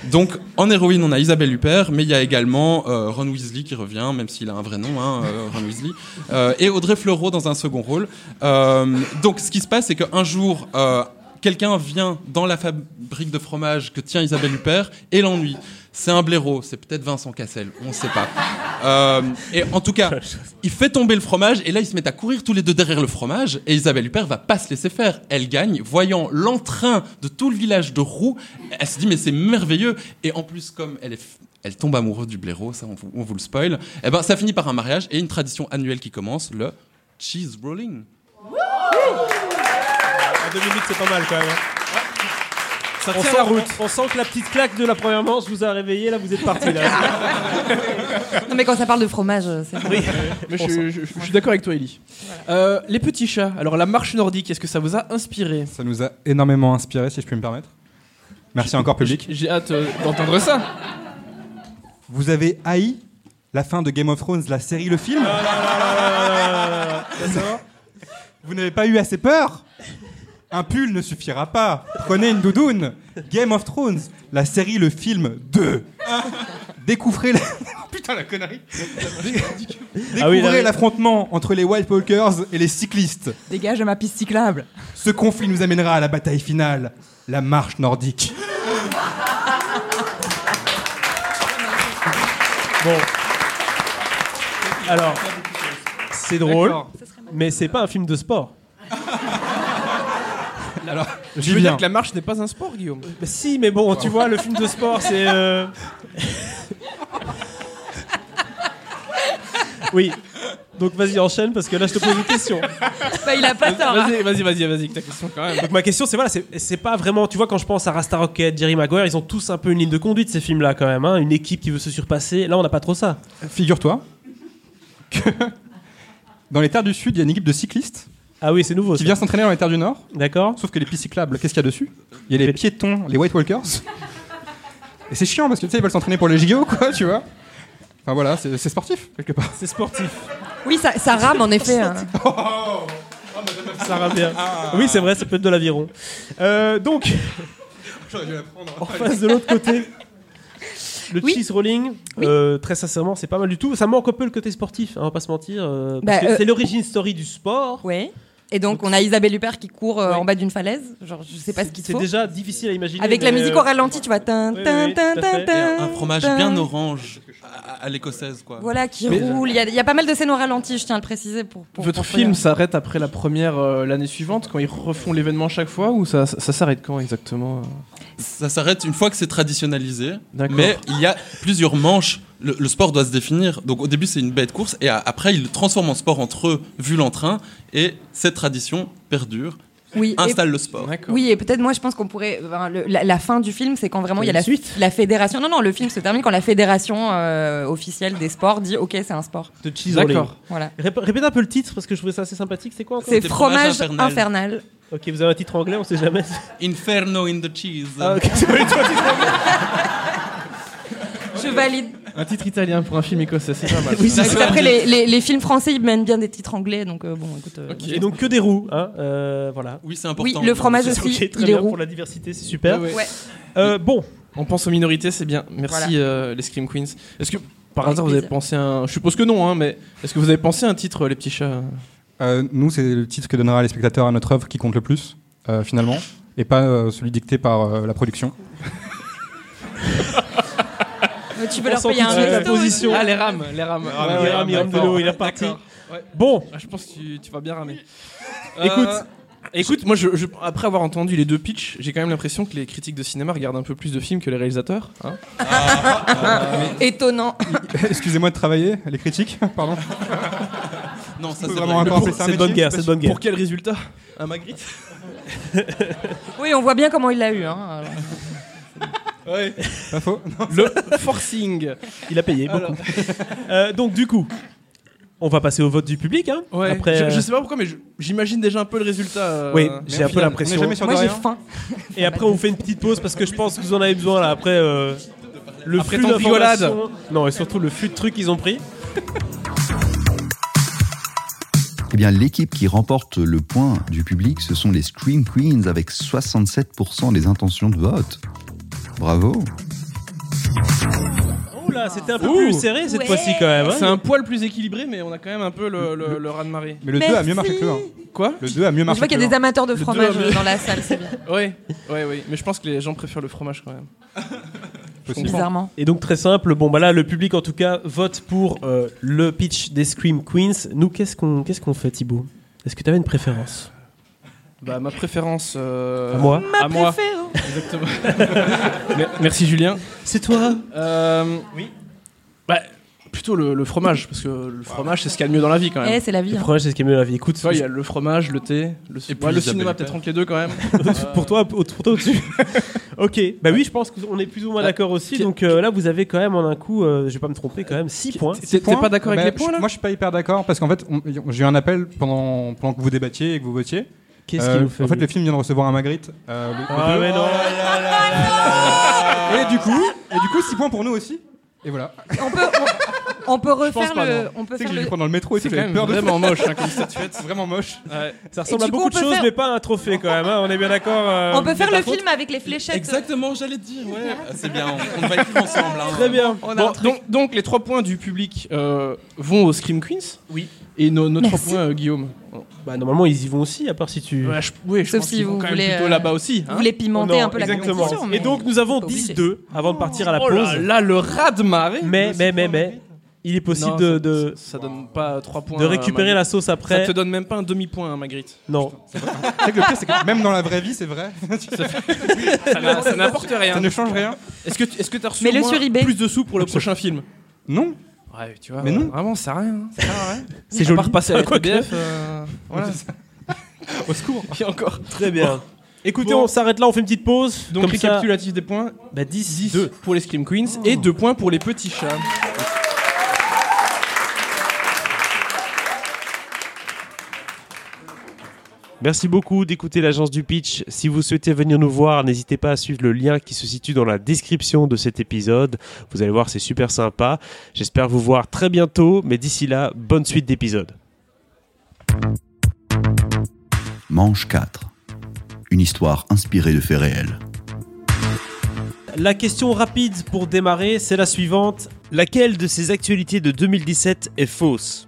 Speaker 6: Donc, en héroïne, on a Isabelle Huppert, mais il y a également euh, Ron Weasley qui revient, même s'il a un vrai nom, hein, euh, Ron Weasley. Euh, et Audrey Fleurot dans un second rôle. Euh, donc ce qui se passe, c'est qu'un jour, euh, quelqu'un vient dans la fabrique de fromage que tient Isabelle Huppert et l'ennuie. C'est un blaireau, c'est peut-être Vincent Cassel, on ne sait pas. Euh, et en tout cas, il fait tomber le fromage et là ils se mettent à courir tous les deux derrière le fromage et Isabelle Huppert va pas se laisser faire. Elle gagne, voyant l'entrain de tout le village de Roux, elle se dit mais c'est merveilleux et en plus comme elle est f- elle tombe amoureuse du blaireau, ça on vous, on vous le spoil. Et ben ça finit par un mariage et une tradition annuelle qui commence, le cheese rolling.
Speaker 2: À deux minutes, c'est pas mal quand même.
Speaker 3: Ça
Speaker 2: On
Speaker 3: tient
Speaker 2: sent,
Speaker 3: la route.
Speaker 2: on sent que la petite claque de la première manche vous a réveillé, là vous êtes parti. Là.
Speaker 4: Non, mais quand ça parle de fromage, euh, c'est
Speaker 2: Oui.
Speaker 3: Mais je, je- je suis d'accord avec toi Ellie. Euh, les petits chats. Alors la marche nordique est-ce que ça vous a inspiré
Speaker 5: Ça nous a énormément inspiré, si je puis me permettre. Merci encore, public.
Speaker 3: J'ai hâte euh, d'entendre ça.
Speaker 5: Vous avez haï la fin de Game of Thrones, la série, le
Speaker 2: Oh
Speaker 5: film Vous n'avez pas eu assez peur Un pull ne suffira pas. Prenez une doudoune. Game of Thrones, la série, le film 2. Découvrez la... Oh, Putain, la connerie. Découvrez
Speaker 2: Ah oui, là, oui.
Speaker 5: l'affrontement entre les White Walkers et les cyclistes.
Speaker 7: Dégage de ma piste cyclable.
Speaker 5: Ce conflit nous amènera à la bataille finale, la marche nordique.
Speaker 2: Bon. Alors, c'est drôle, mais c'est pas un film de sport.
Speaker 3: Alors
Speaker 5: j'y
Speaker 3: je veux
Speaker 5: viens.
Speaker 3: dire que la marche n'est pas un sport Guillaume.
Speaker 2: Bah, si, mais bon, tu vois, le film de sport, c'est. euh, oui. Donc vas-y, enchaîne, parce que là, je te pose une question.
Speaker 4: Bah, il a pas tort. hein.
Speaker 3: Vas-y vas-y vas-y vas-y avec ta question quand même.
Speaker 2: Donc ma question, c'est voilà, c'est c'est pas vraiment. Tu vois, quand je pense à Rasta Rocket, Jerry Maguire, ils ont tous un peu une ligne de conduite, ces films-là, quand même. hein, une équipe qui veut se surpasser. Là, on n'a pas trop ça.
Speaker 5: Figure-toi que dans les terres du Sud, il y a une équipe de cyclistes
Speaker 2: Ah oui, c'est nouveau.
Speaker 5: qui
Speaker 2: ça.
Speaker 5: vient s'entraîner dans les terres du Nord.
Speaker 2: D'accord
Speaker 5: Sauf que les pistes cyclables, qu'est-ce qu'il y a dessus Il y a les piétons, les White Walkers. Et c'est chiant parce que tu sais, ils veulent s'entraîner pour les JO, quoi, tu vois. Enfin voilà, c'est c'est sportif, quelque part.
Speaker 2: C'est sportif.
Speaker 4: Oui, ça, ça rame en effet. hein.
Speaker 2: Ça va bien. Oui, c'est vrai, ça peut être de l'aviron. Euh, donc, en face de l'autre côté, le
Speaker 4: Oui.
Speaker 2: cheese rolling,
Speaker 4: Oui.
Speaker 2: euh, très sincèrement, c'est pas mal du tout. Ça manque un peu le côté sportif, hein, on va pas se mentir. euh, parce
Speaker 4: Bah,
Speaker 2: que
Speaker 4: euh,
Speaker 2: c'est l'origine story du sport.
Speaker 4: Ouais. Et donc, on a Isabelle Huppert qui court euh, en bas d'une falaise. Genre, je sais pas ce qu'il
Speaker 2: C'est
Speaker 4: faut.
Speaker 2: déjà difficile à imaginer.
Speaker 4: Avec la
Speaker 2: mais,
Speaker 4: musique
Speaker 2: euh,
Speaker 4: au ralenti, tu vois. Tin,
Speaker 2: Oui,
Speaker 4: tin,
Speaker 2: oui,
Speaker 4: tin,
Speaker 2: tout à
Speaker 4: tin,
Speaker 2: fait. Et
Speaker 4: tin,
Speaker 6: Un fromage
Speaker 4: tin.
Speaker 6: bien orange à, à l'écossaise, quoi.
Speaker 4: Voilà, qui
Speaker 3: Mais-
Speaker 4: roule. Il y, a- il y a pas mal de scènes au ralenti, je tiens à le préciser. Pour, pour-
Speaker 3: Votre
Speaker 4: pour-
Speaker 3: film s'arrête après la première euh, l'année suivante quand ils refont l'événement chaque fois ou ça, ça, ça s'arrête quand exactement euh
Speaker 6: Ça s'arrête une fois que c'est traditionnalisé,
Speaker 3: D'accord.
Speaker 6: mais il y a plusieurs manches. Le, le sport doit se définir. Donc au début, c'est une bête course, et a- après, ils le transforment en sport entre eux, vu l'entrain, et cette tradition perdure,
Speaker 4: Oui, et
Speaker 6: installe le sport.
Speaker 3: D'accord.
Speaker 4: Oui, et peut-être moi je pense qu'on pourrait. ben, le- la, la fin du film, c'est quand vraiment il y a la, la fédération. Non, non, le film se termine quand la fédération euh, officielle des sports dit OK, c'est un sport.
Speaker 2: euh, De cheese rolling.
Speaker 3: D'accord.
Speaker 4: Voilà.
Speaker 2: Rép- Répétez un peu le titre parce que je trouvais ça assez sympathique. C'est quoi encore
Speaker 4: C'est
Speaker 6: C'était Fromage
Speaker 4: fromage
Speaker 6: infernal.
Speaker 4: infernal.
Speaker 2: Ok, vous avez un titre anglais, on sait jamais.
Speaker 6: Inferno in the cheese.
Speaker 2: Ah, ok, c'est pas du tout un titre anglais.
Speaker 4: Je valide.
Speaker 3: Un titre italien pour un film écossais, c'est pas mal.
Speaker 2: Oui,
Speaker 3: ça.
Speaker 2: c'est
Speaker 4: Parce
Speaker 2: ça.
Speaker 4: qu'après, les, les, les films français, ils mènent bien des titres anglais, donc euh, bon, écoute. euh,
Speaker 6: Ok.
Speaker 2: Et donc que des roues, hein, euh, voilà.
Speaker 6: Oui, c'est important.
Speaker 4: Oui, le fromage
Speaker 2: Ok,
Speaker 4: aussi,
Speaker 2: très
Speaker 4: il est
Speaker 2: bien
Speaker 4: roux.
Speaker 2: pour la diversité, c'est super.
Speaker 3: Ouais, ouais.
Speaker 4: Ouais.
Speaker 2: Euh, bon,
Speaker 3: On pense aux minorités, c'est bien. Merci
Speaker 4: Voilà.
Speaker 3: euh, les Scream Queens. Est-ce que par
Speaker 4: Avec
Speaker 3: hasard vous avez
Speaker 4: plaisir.
Speaker 3: pensé à un... Je suppose que non, hein, mais est-ce que vous avez pensé à un titre, euh, les petits chats
Speaker 5: Euh, nous, c'est le titre que donnera les spectateurs à notre œuvre qui compte le plus, euh, finalement, et pas euh, celui dicté par euh, la production.
Speaker 4: Mais Tu peux
Speaker 2: On
Speaker 4: leur
Speaker 2: sent
Speaker 4: payer
Speaker 2: tout de
Speaker 4: un
Speaker 2: suite la
Speaker 4: resto euh.
Speaker 2: position.
Speaker 4: aussi.
Speaker 3: Ah, les rames, les rames.
Speaker 2: Ah, les rames, il rentre
Speaker 3: d'accord.
Speaker 2: dedans, il est parti.
Speaker 3: D'accord.
Speaker 2: bon,
Speaker 3: Ah, je pense que tu, tu vas bien ramer.
Speaker 2: Écoute.
Speaker 3: Euh, écoute, moi, je- je- après avoir entendu les deux pitchs, j'ai quand même l'impression que les critiques de cinéma regardent un peu plus de films que les réalisateurs. hein.
Speaker 4: Étonnant.
Speaker 5: Excusez-moi de travailler, les critiques, pardon.
Speaker 6: Non, ça
Speaker 5: Faut
Speaker 6: c'est
Speaker 5: vraiment
Speaker 6: vrai.
Speaker 5: un-
Speaker 2: pour-
Speaker 5: c'est
Speaker 2: c'est de bonne
Speaker 5: métier,
Speaker 2: guerre,
Speaker 5: c'est
Speaker 2: c'est de bonne guerre.
Speaker 3: Pour quel résultat Un Magritte
Speaker 4: Oui, on voit bien comment il l'a eu. hein. Alors,
Speaker 3: Ouais.
Speaker 5: Pas faux.
Speaker 3: Le forcing.
Speaker 2: Il a payé beaucoup.
Speaker 3: Alors,
Speaker 2: Ah, Euh, donc du coup, on va passer au vote du public. Hein,
Speaker 3: ouais,
Speaker 2: Après,
Speaker 3: je,
Speaker 2: euh,
Speaker 3: je sais pas pourquoi, mais je- j'imagine déjà un peu le résultat. euh,
Speaker 2: oui,
Speaker 3: mais
Speaker 2: j'ai
Speaker 3: au
Speaker 2: un peu
Speaker 3: final-
Speaker 5: On n'est
Speaker 2: l'impression.
Speaker 5: jamais sûr de
Speaker 4: Moi, j'ai
Speaker 5: rien.
Speaker 4: faim.
Speaker 2: Et après, on fait une petite pause parce que je pense que vous en avez besoin là. Après, euh, le
Speaker 3: Après
Speaker 2: flux
Speaker 3: ton rigolade.
Speaker 2: d'informations- Non, et surtout le flux de trucs qu'ils ont pris.
Speaker 1: Eh bien, l'équipe qui remporte le point du public, ce sont les Scream Queens avec 67% des intentions de vote. Bravo.
Speaker 2: Oh là, c'était un peu
Speaker 3: Ouh.
Speaker 2: plus serré cette
Speaker 4: Ouais.
Speaker 2: fois-ci quand même. hein.
Speaker 3: C'est un poil plus équilibré, mais on a quand même un peu le, le, le raz-de-marée.
Speaker 5: Mais le 2 a mieux marché que le 1.
Speaker 3: Quoi
Speaker 5: Le 2 a mieux
Speaker 4: Je
Speaker 5: marché
Speaker 4: vois qu'il y a
Speaker 5: que
Speaker 4: des
Speaker 5: le
Speaker 4: amateurs de
Speaker 3: deux
Speaker 4: fromage
Speaker 3: hommes.
Speaker 4: dans la salle, c'est bien.
Speaker 3: Ouais, ouais, ouais. Mais je pense que les gens préfèrent le fromage quand même.
Speaker 5: 1, possible.
Speaker 4: Bizarrement.
Speaker 2: Et donc très simple. Bon bah là, le public en tout cas vote pour euh, le pitch des Scream Queens. Nous, qu'est-ce qu'on qu'est-ce qu'on fait, Thibaut Est-ce que tu avais une préférence
Speaker 3: Bah, ma préférence. euh,
Speaker 2: À Moi,
Speaker 3: à moi. Exactement. Mer- Merci Julien.
Speaker 2: c'est toi.
Speaker 3: Euh,
Speaker 2: Oui.
Speaker 3: Bah, plutôt le, le fromage, parce que le fromage, c'est ce qu'il y a de mieux dans la vie quand
Speaker 4: Eh,
Speaker 3: même.
Speaker 4: c'est la vie.
Speaker 2: Le
Speaker 4: hein.
Speaker 2: fromage, c'est ce qui est mieux dans la vie. Écoute,
Speaker 3: Tu vois, il y a le fromage, le thé, le,
Speaker 6: Et puis
Speaker 3: ouais, le
Speaker 6: Isabelle
Speaker 3: cinéma,
Speaker 6: Huppert.
Speaker 3: peut-être entre les deux quand même.
Speaker 2: pour toi, au- pour toi au-dessus. ok. Bah oui, je pense qu'on est plus ou moins
Speaker 3: Ah,
Speaker 2: d'accord aussi. Donc euh, là, vous avez quand même en un coup, euh, je vais pas me tromper, quand même 6 points.
Speaker 3: T'es t'es
Speaker 5: Point
Speaker 3: pas d'accord avec
Speaker 5: Bah,
Speaker 3: les points
Speaker 5: je-
Speaker 3: là
Speaker 5: Moi, je suis pas hyper d'accord parce qu'en fait, on- j'ai eu un appel pendant, pendant que vous débattiez et que vous votiez.
Speaker 2: Qu'est-ce
Speaker 5: Euh,
Speaker 2: qu'il nous fait
Speaker 5: En fait,
Speaker 2: lui
Speaker 5: le film vient de recevoir un Magritte. euh, le- le
Speaker 2: Ah
Speaker 5: deux.
Speaker 2: mais non.
Speaker 5: Et du coup, et du coup, 6 points pour nous aussi. Et voilà.
Speaker 4: On peut, on, on peut refaire
Speaker 5: pas,
Speaker 4: le.
Speaker 5: non.
Speaker 4: On peut
Speaker 5: Tu sais
Speaker 4: faire
Speaker 5: que j'ai
Speaker 4: le.
Speaker 5: dû prendre dans le métro et
Speaker 3: C'est
Speaker 5: tout,
Speaker 3: quand
Speaker 5: j'avais
Speaker 3: même
Speaker 5: peur de
Speaker 3: vraiment moche hein, comme statue.
Speaker 5: statuette. Vraiment moche.
Speaker 3: Ouais.
Speaker 2: Ça ressemble
Speaker 4: Et
Speaker 2: à
Speaker 4: du coup,
Speaker 2: beaucoup
Speaker 4: on
Speaker 2: de
Speaker 4: peut
Speaker 2: choses,
Speaker 4: faire-
Speaker 2: mais pas à un trophée quand même. hein. On est bien d'accord. euh,
Speaker 4: On peut faire
Speaker 2: par
Speaker 4: le
Speaker 2: contre-
Speaker 4: film avec les fléchettes.
Speaker 6: Exactement, j'allais te dire. Ouais, Ah, c'est bien. On, on va écrire ensemble. hein.
Speaker 2: Très bien.
Speaker 3: Bon,
Speaker 2: Bon,
Speaker 3: donc, donc, les trois points du public euh, vont aux Scream Queens.
Speaker 2: Oui.
Speaker 3: Et nos, nos trois
Speaker 4: Merci.
Speaker 3: points, euh, Guillaume.
Speaker 2: bah normalement ils y vont aussi, à part si tu.
Speaker 3: Ouais, je, oui, je
Speaker 4: Sauf
Speaker 3: pense
Speaker 4: si
Speaker 3: qu'ils vont
Speaker 4: vous
Speaker 3: quand
Speaker 4: voulez,
Speaker 3: même plutôt
Speaker 4: euh,
Speaker 3: là-bas aussi. hein.
Speaker 4: Vous voulez pimenter
Speaker 2: Non,
Speaker 4: un peu la
Speaker 2: exactement.
Speaker 4: compétition.
Speaker 2: Et
Speaker 4: mais
Speaker 2: donc nous avons
Speaker 4: pas obligé.
Speaker 2: 10-2 avant de partir à la
Speaker 3: Oh
Speaker 2: pause.
Speaker 3: là là, le raz de marée.
Speaker 2: Mais, mais, mais, mais, il est possible de, de,
Speaker 3: ça, donne pas 3 points.
Speaker 2: de récupérer la sauce
Speaker 3: euh, Ça
Speaker 2: après.
Speaker 3: te donne même pas un demi-point, hein, Magritte.
Speaker 2: Non.
Speaker 5: Tu sais que le pire, c'est que même dans la vraie vie, c'est vrai.
Speaker 3: ça n'a- ça n'apporte
Speaker 5: Ça
Speaker 3: rien.
Speaker 5: ne change rien.
Speaker 3: Est-ce que tu est-ce que t'as reçu
Speaker 4: Mais
Speaker 3: au
Speaker 4: le
Speaker 3: moins
Speaker 4: sur eBay.
Speaker 3: plus de sous pour le prochain film
Speaker 5: Non.
Speaker 3: Ouais, tu vois.
Speaker 5: Mais non.
Speaker 3: Vraiment, ça sert à rien. hein.
Speaker 2: C'est Ah,
Speaker 3: À part passer à la
Speaker 2: Quoi que-
Speaker 3: TBF. euh, voilà. Au secours. Et encore.
Speaker 2: Très bien. Écoutez,
Speaker 3: Bon.
Speaker 2: on s'arrête là, on fait une petite pause.
Speaker 3: Donc,
Speaker 2: Comme ça,
Speaker 3: récapitulatif des points
Speaker 2: bah, Oh. 10, 10.
Speaker 3: 2 pour les Scream Queens et 2 points pour les petits chats.
Speaker 9: Merci beaucoup d'écouter l'agence du pitch. Si vous souhaitez venir nous voir, n'hésitez pas à suivre le lien qui se situe dans la description de cet épisode. Vous allez voir, c'est super sympa. J'espère vous voir très bientôt, mais d'ici là, bonne suite d'épisodes.
Speaker 1: Manche 4. Une histoire inspirée de faits réels.
Speaker 2: La question rapide pour démarrer, c'est la suivante.
Speaker 9: Laquelle de ces actualités de 2017 est fausse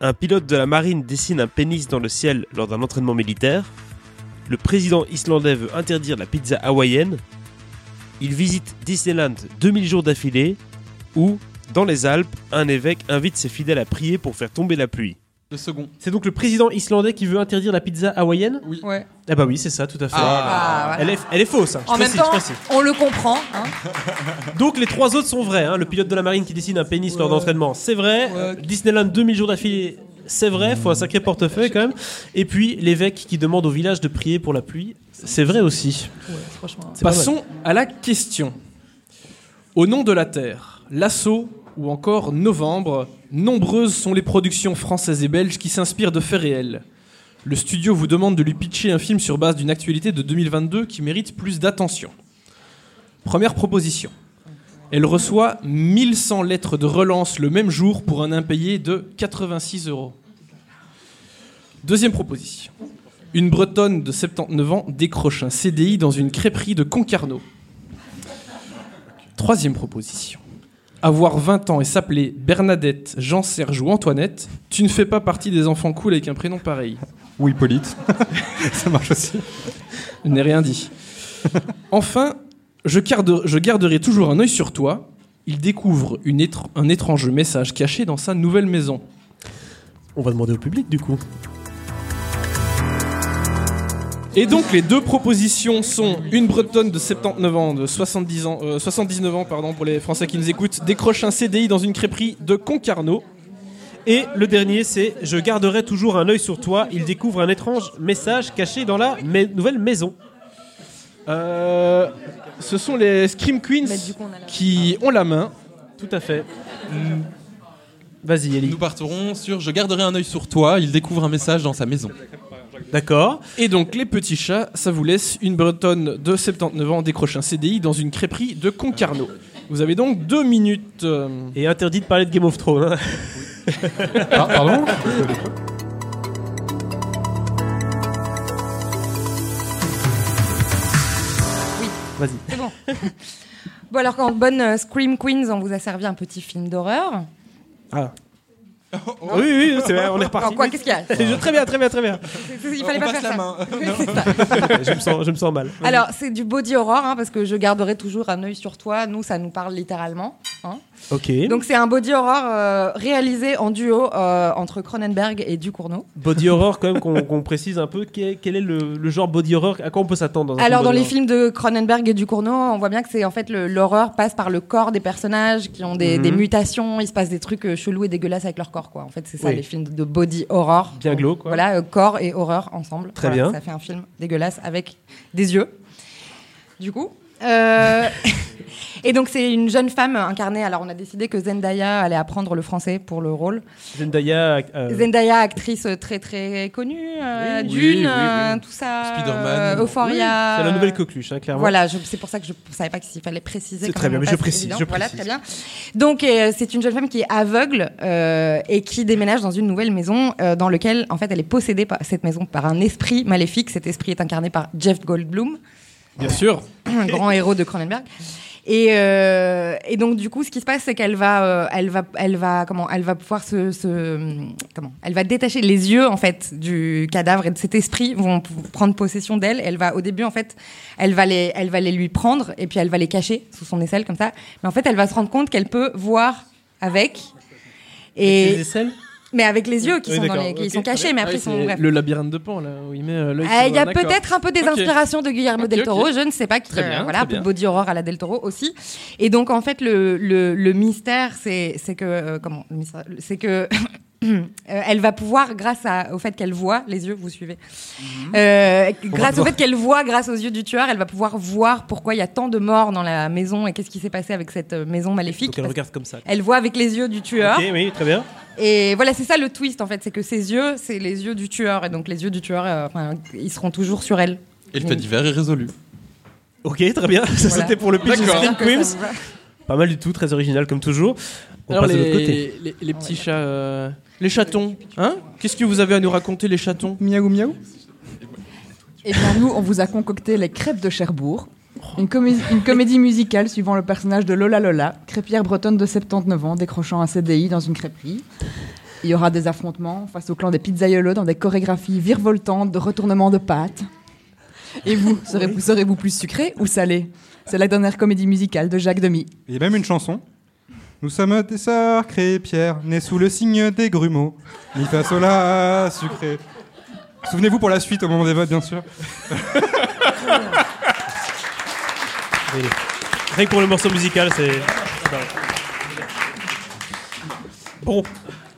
Speaker 9: Un pilote de la marine dessine un pénis dans le ciel lors d'un entraînement militaire. Le président islandais veut interdire la pizza hawaïenne. Il visite Disneyland 2000 jours d'affilée. Ou, dans les Alpes, un évêque invite ses fidèles à prier pour faire tomber la pluie.
Speaker 6: Le second.
Speaker 2: C'est donc le président islandais qui veut interdire la pizza hawaïenne
Speaker 7: Ouais.
Speaker 9: Eh ben
Speaker 2: Ah bah oui, c'est ça, tout à fait.
Speaker 7: Ah, voilà.
Speaker 2: elle, est, elle est fausse, hein. je
Speaker 4: En même
Speaker 2: précise, je
Speaker 4: temps,
Speaker 2: précise.
Speaker 4: on le comprend. hein.
Speaker 2: Donc les trois autres sont vrais. hein. Le pilote de la marine qui dessine un pénis lors d'entraînement, c'est vrai. Euh, Disneyland 2000 jours d'affilée, c'est vrai. Faut un sacré portefeuille quand même. Et puis l'évêque qui demande au village de prier pour la pluie, c'est vrai aussi. C'est pas mal.
Speaker 3: Passons à la question. Au nom de la Terre, l'assaut ou encore novembre, nombreuses sont les productions françaises et belges qui s'inspirent de faits réels. Le studio vous demande de lui pitcher un film sur base d'une actualité de 2022 qui mérite plus d'attention. Première proposition. Elle reçoit 1100 lettres de relance le même jour pour un impayé de 86 euros. Deuxième proposition. Une Bretonne de 79 ans décroche un CDI dans une crêperie de Concarneau. Troisième proposition. Avoir 20 ans et s'appeler Bernadette, Jean-Serge ou Antoinette, tu ne fais pas partie des enfants cool avec un prénom pareil.
Speaker 5: Ou Hippolyte. ça marche aussi.
Speaker 3: Je n'ai rien dit. Enfin, je, garde- je garderai toujours un œil sur toi. Il découvre une étr- un étrange message caché dans sa nouvelle maison.
Speaker 2: On va demander au public du coup.
Speaker 3: Et donc les deux propositions sont une bretonne de 79 ans, de 70 ans, euh, 79 ans pardon pour les Français qui nous écoutent, décroche un CDI dans une crêperie de Concarneau.
Speaker 2: Et le dernier, c'est Je garderai toujours un œil sur toi. Il découvre un étrange message caché dans la mai- nouvelle maison.
Speaker 3: Euh, ce sont les Scream Queens
Speaker 4: Mais du coup, on a la-
Speaker 3: qui ont la main.
Speaker 2: Tout à fait. Vas-y, Eli.
Speaker 6: Nous partirons sur Je garderai un œil sur toi. Il découvre un message dans sa maison.
Speaker 2: D'accord.
Speaker 3: Et donc les petits chats, ça vous laisse une bretonne de 79 ans décroche un CDI dans une crêperie de Concarneau. Vous avez donc deux minutes. euh,
Speaker 2: Et interdit de parler de Game of Thrones. hein.
Speaker 5: Ah, pardon
Speaker 2: Vas-y.
Speaker 4: C'est bon. bon, alors qu'en bonne euh, Scream Queens, on vous a servi un petit film d'horreur.
Speaker 2: Oui, oui, oui, c'est vrai, on est
Speaker 4: Alors
Speaker 2: reparti.
Speaker 4: quoi, qu'est-ce qu'il y a
Speaker 2: C'est- Très bien, très bien, très bien.
Speaker 4: Il fallait
Speaker 6: On
Speaker 4: pas
Speaker 6: passe
Speaker 4: faire
Speaker 6: la
Speaker 4: ça.
Speaker 6: main.
Speaker 4: Oui, c'est ça.
Speaker 2: je, me sens, je me sens mal.
Speaker 4: Alors, c'est du body horror, hein, parce que je garderai toujours un œil sur toi. Nous, ça nous parle littéralement. hein.
Speaker 2: Ok.
Speaker 4: Donc, c'est un body horror euh, réalisé en duo euh, entre Cronenberg et Ducournau.
Speaker 2: Body horror, quand même, qu'on qu'on précise un peu. Quel, quel est le, le genre body horror À quoi on peut s'attendre un
Speaker 4: Alors,
Speaker 2: film
Speaker 4: dans
Speaker 2: body
Speaker 4: les
Speaker 2: horror
Speaker 4: films de Cronenberg et Ducournau, on voit bien que c'est en fait le- l'horreur passe par le corps des personnages qui ont des,
Speaker 2: Mhm.
Speaker 4: des mutations. Il se passe des trucs euh, chelous et dégueulasses avec leur corps, quoi. En fait, c'est ça
Speaker 2: Oui.
Speaker 4: les films de body horror.
Speaker 2: Bien glauque, quoi.
Speaker 4: Voilà, euh, corps et horreur ensemble.
Speaker 2: Très
Speaker 4: Voilà,
Speaker 2: bien.
Speaker 4: Ça fait un film dégueulasse avec des yeux. Du coup. euh, et donc, c'est une jeune femme incarnée. Alors, on a décidé que Zendaya allait apprendre le français pour le rôle.
Speaker 2: Zendaya. euh,
Speaker 4: Zendaya, actrice euh, très très connue, euh,
Speaker 6: Oui,
Speaker 4: Dune,
Speaker 6: oui, oui, oui.
Speaker 4: euh, tout ça,
Speaker 6: Spider-Man.
Speaker 4: euh, Euphoria.
Speaker 2: c'est la nouvelle
Speaker 4: euh,
Speaker 2: coqueluche, hein, clairement.
Speaker 4: voilà, je- c'est pour ça que je ne savais pas s'il fallait préciser.
Speaker 2: C'est
Speaker 4: quand
Speaker 2: très bien,
Speaker 4: même,
Speaker 2: mais
Speaker 4: pas,
Speaker 2: je
Speaker 4: c'est
Speaker 2: précise,
Speaker 4: évident.
Speaker 2: je
Speaker 4: Voilà,
Speaker 2: précise.
Speaker 4: très bien. Donc, euh, c'est une jeune femme qui est aveugle euh, et qui déménage dans une nouvelle maison euh, dans laquelle, en fait, elle est possédée par cette maison par un esprit maléfique. Cet esprit est incarné par Jeff Goldblum,
Speaker 3: Bien sûr.
Speaker 4: un grand héros de Cronenberg. Et, euh, et donc du coup, ce qui se passe, c'est qu'elle va, euh, elle va, elle va, comment, elle va pouvoir se, se- comment, elle va détacher les yeux en fait du cadavre et de cet esprit vont p- prendre possession d'elle. Elle va au début en fait, elle va les, elle va les lui prendre et puis elle va les cacher sous son aisselle comme ça. Mais en fait, elle va se rendre compte qu'elle peut voir avec.
Speaker 2: Les
Speaker 4: Et,
Speaker 2: aisselles
Speaker 4: mais avec les yeux qui
Speaker 2: Oui,
Speaker 4: sont, dans
Speaker 2: d'accord,
Speaker 4: les- qui
Speaker 2: ok.
Speaker 4: sont cachés, Ah, mais après ils
Speaker 3: C'est
Speaker 4: sont bref.
Speaker 3: le labyrinthe de Pan là où il met euh, l'œil.
Speaker 4: Euh,
Speaker 3: sur
Speaker 4: Il y a
Speaker 3: un accord.
Speaker 4: peut-être un peu des
Speaker 3: Ok.
Speaker 4: inspirations de Guillermo
Speaker 3: Ok,
Speaker 4: del
Speaker 3: ok.
Speaker 4: Toro, je ne sais pas. Qui,
Speaker 3: Très bien,
Speaker 4: euh,
Speaker 3: très
Speaker 4: voilà, un peu de
Speaker 3: bien.
Speaker 4: body horror à la del Toro aussi. Et donc en fait le, le, le mystère, c'est c'est que euh, comment le mystère, c'est que euh, elle va pouvoir grâce à, au fait qu'elle voit les yeux, vous suivez.
Speaker 3: Mhm.
Speaker 4: Euh, grâce au fait qu'elle voit, grâce aux yeux du tueur, elle va pouvoir voir pourquoi il y a tant de morts dans la maison et qu'est-ce qui s'est passé avec cette euh, maison maléfique.
Speaker 2: Donc elle
Speaker 4: parce
Speaker 2: regarde comme ça.
Speaker 4: qu'elle voit avec les yeux du tueur.
Speaker 2: Ok, oui, très bien.
Speaker 4: Et voilà, c'est ça le twist en fait, c'est que ses yeux, c'est les yeux du tueur, et donc les yeux du tueur, euh, enfin, ils seront toujours sur elle.
Speaker 6: Et le fait divers est résolu.
Speaker 2: Ok, très bien. Ça,
Speaker 4: Voilà.
Speaker 2: c'était pour le pitch de
Speaker 6: D'accord.
Speaker 2: Scream
Speaker 4: J'espère que
Speaker 2: Queens.
Speaker 4: ça vous va.
Speaker 2: Pas mal du tout, très original comme toujours. On
Speaker 3: Alors
Speaker 2: passe de
Speaker 3: les,
Speaker 2: l'autre côté.
Speaker 4: Ah,
Speaker 3: les- les petits chats, euh, les chatons, hein Qu'est-ce que vous avez à nous raconter les chatons
Speaker 5: Miaou miaou
Speaker 7: Et Eh bien nous, on vous a concocté les crêpes de Cherbourg. Une, comé- une comédie musicale suivant le personnage de Lola Lola, crêpière bretonne de 79 ans, décrochant un CDI dans une crêperie. Il y aura des affrontements face au clan des pizzaiolos dans des chorégraphies virevoltantes de retournements de pâtes. Et vous, serez- serez-vous plus sucré ou salé C'est la dernière comédie musicale de Jacques Demy.
Speaker 5: Il y a même une chanson. Nous sommes des sœurs crépières, nées sous le signe des grumeaux. Mi fa sol la sucré. Souvenez-vous pour la suite au moment des votes, bien sûr.
Speaker 2: Rien que pour le morceau musical, c'est. Bon.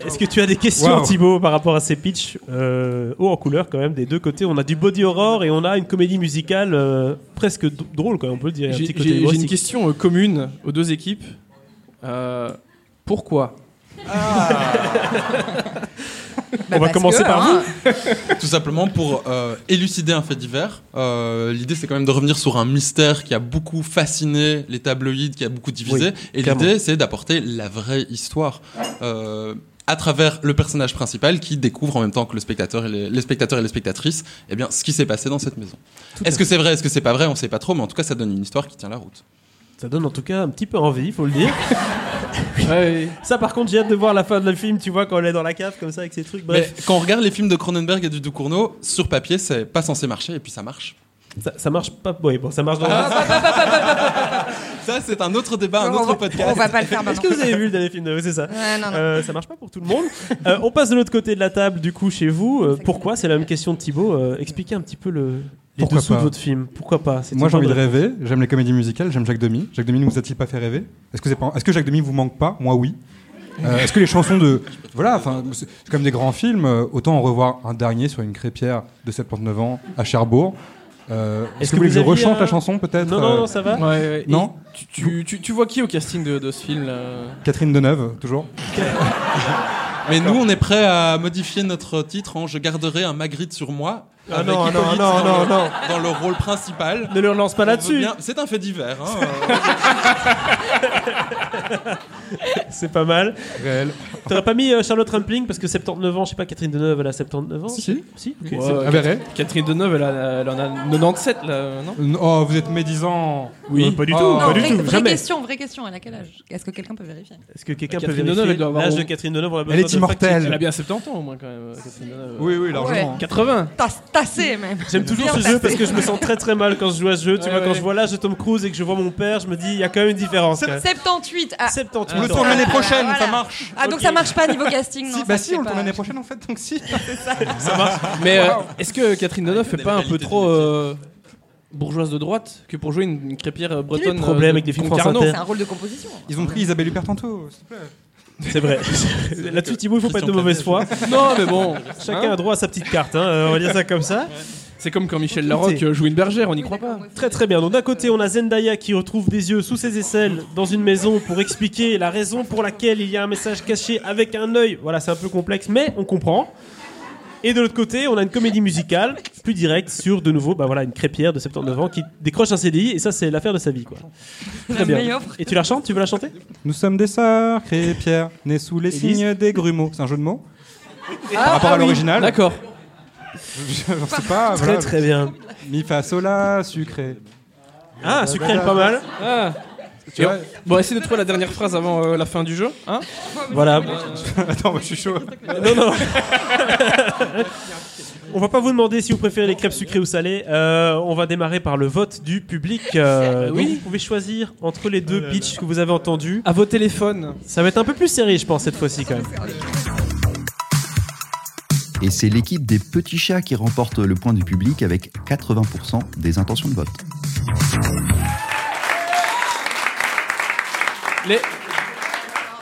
Speaker 2: Est-ce que tu as des questions,
Speaker 5: Wow.
Speaker 2: Thibaut, par rapport à ces pitchs euh, haut en couleur, quand même, des deux côtés On a du body horror et on a une comédie musicale euh, presque d- drôle, quoi, on peut le dire. Il y a un
Speaker 3: J'ai
Speaker 2: petit côté
Speaker 3: j'ai- j'ai une
Speaker 2: humoristique.
Speaker 3: question euh, commune aux deux équipes. Euh, pourquoi
Speaker 8: Bah,
Speaker 2: On va commencer par
Speaker 8: hein,
Speaker 2: vous.
Speaker 6: Tout simplement pour euh, élucider un fait divers. Euh, L'idée, c'est quand même de revenir sur un mystère qui a beaucoup fasciné les tabloïds, qui a beaucoup divisé. et
Speaker 2: clairement.
Speaker 6: l'idée, c'est d'apporter la vraie histoire euh, à travers le personnage principal qui découvre en même temps que le spectateur et les, les spectateurs et les spectatrices eh bien, ce qui s'est passé dans cette maison. Est-ce que c'est vrai, est-ce que c'est pas vrai On sait pas trop, mais en tout cas, ça donne une histoire qui tient la route.
Speaker 2: Ça donne en tout cas un petit peu envie, faut le dire.
Speaker 3: Ouais,
Speaker 2: Ça, par contre, j'ai hâte de voir la fin de le film, tu vois, quand elle est dans la cave, comme ça, avec ses trucs. Bref,
Speaker 6: Mais quand on regarde les films de Cronenberg et du Ducournau, sur papier, c'est pas censé marcher, et puis ça marche.
Speaker 2: ça, ça marche pas. Ouais, bon, ça marche dans
Speaker 6: Ça, c'est un autre débat, un
Speaker 4: on,
Speaker 6: autre
Speaker 4: va, on
Speaker 6: podcast.
Speaker 4: va pas le faire
Speaker 2: Est-ce
Speaker 4: maintenant.
Speaker 2: que vous avez vu le dernier film de C'est ça.
Speaker 4: Ouais, non, non.
Speaker 2: Euh, ça marche pas pour tout le monde. Euh, on passe de l'autre côté de la table, du coup, chez vous. Euh, pourquoi C'est la même question de Thibaut. Euh, expliquez un petit peu le, les
Speaker 5: Pourquoi
Speaker 2: dessous
Speaker 5: pas
Speaker 2: de votre film. Pourquoi pas C'est
Speaker 5: Moi,
Speaker 2: tout
Speaker 5: j'ai envie de
Speaker 2: simple.
Speaker 5: rêver. J'aime les comédies musicales. J'aime Jacques Demy. Jacques Demy ne vous a-t-il pas fait rêver Est-ce que, c'est pas- est-ce que Jacques Demy vous manque pas Moi, oui. Euh, est-ce que les chansons de. Voilà, enfin, c'est c'est comme des grands films. euh, Autant en revoir un dernier sur une crépière de 79 ans à Cherbourg. Euh, est-ce, que vous voulez que je
Speaker 2: aviez
Speaker 5: rechante
Speaker 2: un-
Speaker 5: la chanson peut-être
Speaker 2: Non, non,
Speaker 5: euh,
Speaker 2: non, ça va.
Speaker 3: ouais, ouais. Et
Speaker 5: Non.
Speaker 3: tu, tu- tu- tu vois qui au casting de, de ce film là
Speaker 5: Catherine Deneuve, toujours.
Speaker 6: Mais nous, on est prêt à modifier notre titre en Je garderai un Magritte sur moi.
Speaker 2: Ah
Speaker 6: avec
Speaker 2: non,
Speaker 6: Hippolyte
Speaker 2: non, non, ah
Speaker 6: dans le-
Speaker 2: non, non.
Speaker 6: Dans le rôle principal.
Speaker 2: Ne le relance pas
Speaker 6: On veut
Speaker 2: là-dessus.
Speaker 6: bien- C'est un fait divers. hein, euh.
Speaker 2: C'est pas mal.
Speaker 5: Réel.
Speaker 2: T'aurais pas mis euh, Charlotte Rampling parce que 79 ans, je sais pas, Catherine Deneuve, elle a 79 ans.
Speaker 5: Si.
Speaker 2: Si. ok.
Speaker 3: Ouais.
Speaker 5: Ah, Verret
Speaker 3: Catherine Deneuve, elle, a- elle en a 97 là, non
Speaker 5: Oh, vous êtes médisant.
Speaker 2: Oui.
Speaker 5: Euh,
Speaker 2: Pas du
Speaker 5: oh.
Speaker 2: tout,
Speaker 8: Non,
Speaker 2: pas du
Speaker 8: vraie,
Speaker 2: tout,
Speaker 8: vraie
Speaker 2: jamais.
Speaker 8: question, vraie question. Elle a quel âge Est-ce que quelqu'un peut vérifier
Speaker 2: Est-ce que quelqu'un peut
Speaker 3: Catherine
Speaker 2: vérifier
Speaker 3: Deneuve, elle doit avoir
Speaker 2: l'âge de
Speaker 3: au-
Speaker 2: Catherine Deneuve on a besoin
Speaker 5: Elle est
Speaker 2: de fact-check.
Speaker 5: immortelle.
Speaker 3: Elle a bien 70 ans au moins quand même, euh, Catherine Deneuve.
Speaker 5: Oui, oui, largement.
Speaker 8: Ouais.
Speaker 3: 80
Speaker 8: Tasse- Tassé même.
Speaker 2: J'aime toujours
Speaker 8: Bien
Speaker 2: ce
Speaker 8: tassé.
Speaker 2: jeu parce que je me sens très très mal quand je joue à ce jeu. Tu
Speaker 3: Ouais,
Speaker 2: vois, quand
Speaker 3: ouais.
Speaker 2: je vois l'âge de Tom Cruise et que je vois mon père, je me dis, il y a quand même une différence. quand même.
Speaker 8: 78. Euh, Ah,
Speaker 2: 78
Speaker 3: On le
Speaker 2: ans.
Speaker 5: tourne l'année
Speaker 8: Voilà,
Speaker 5: prochaine,
Speaker 8: voilà.
Speaker 5: ça marche.
Speaker 8: Ah, donc
Speaker 2: Ok.
Speaker 8: ça marche pas niveau casting. non,
Speaker 5: Si,
Speaker 8: ça
Speaker 5: bah
Speaker 8: se
Speaker 5: si,
Speaker 8: fait
Speaker 5: on le tourne
Speaker 8: pas.
Speaker 5: l'année prochaine en fait, donc si.
Speaker 3: Mais euh, est-ce que Catherine Deneuve fait
Speaker 6: Des
Speaker 3: pas un peu
Speaker 6: réalités
Speaker 3: trop
Speaker 6: du métier.
Speaker 3: euh, bourgeoise de droite que pour jouer une, une crépière euh, bretonne
Speaker 2: Quel est le problème
Speaker 3: euh, de
Speaker 2: avec des films
Speaker 3: Concarneau
Speaker 2: France
Speaker 8: C'est un rôle de composition.
Speaker 5: Ils ont pris Isabelle Huppert tantôt, s'il te plaît.
Speaker 2: C'est vrai. Là-dessus, Thibaut, il faut pas être de
Speaker 6: Christian
Speaker 2: mauvaise foi.
Speaker 3: Non, mais bon,
Speaker 2: Chacun a droit à sa petite carte, hein, euh, on va dire ça comme ça.
Speaker 3: c'est comme quand Michel Larocque euh, joue une bergère, on n'y croit pas.
Speaker 2: Très très bien. Donc d'un côté, on a Zendaya qui retrouve des yeux sous ses aisselles dans une maison pour expliquer la raison pour laquelle il y a un message caché avec un œil. Voilà, c'est un peu complexe, mais on comprend. Et de l'autre côté, on a une comédie musicale plus directe sur de nouveau, bah voilà, une crépière de 79 ans qui décroche un CDI et ça c'est l'affaire de sa vie quoi. Très
Speaker 8: La
Speaker 2: bien.
Speaker 8: meilleure.
Speaker 2: Et tu la chantes Tu veux la chanter
Speaker 5: Nous sommes des sœurs, créées Pierre, nées sous les
Speaker 2: Élise.
Speaker 5: signes des grumeaux. C'est un jeu de mots
Speaker 8: Ah,
Speaker 5: Par rapport à l'original
Speaker 3: D'accord.
Speaker 5: J'en sais pas.
Speaker 2: Très
Speaker 5: voilà.
Speaker 2: très bien.
Speaker 5: Mi fa sol la sucré.
Speaker 2: Ah, sucré, pas mal.
Speaker 3: Ah.
Speaker 5: Tu vois
Speaker 3: Bon, essayez de trouver la dernière phrase avant euh, la fin du jeu. Hein
Speaker 2: Voilà.
Speaker 5: Attends, moi, je suis chaud.
Speaker 2: Non, non. on va pas vous demander si vous préférez les crêpes sucrées ou salées. Euh, on va démarrer par le vote du public. Euh, donc
Speaker 3: Oui.
Speaker 2: vous pouvez choisir entre les
Speaker 8: Oh
Speaker 2: deux pitchs que vous avez entendus.
Speaker 3: à vos téléphones.
Speaker 2: Ça va être un peu plus serré, je pense, cette fois-ci quand même.
Speaker 1: Et c'est l'équipe des petits chats qui remporte le point du public avec 80% des intentions de vote.
Speaker 3: Les-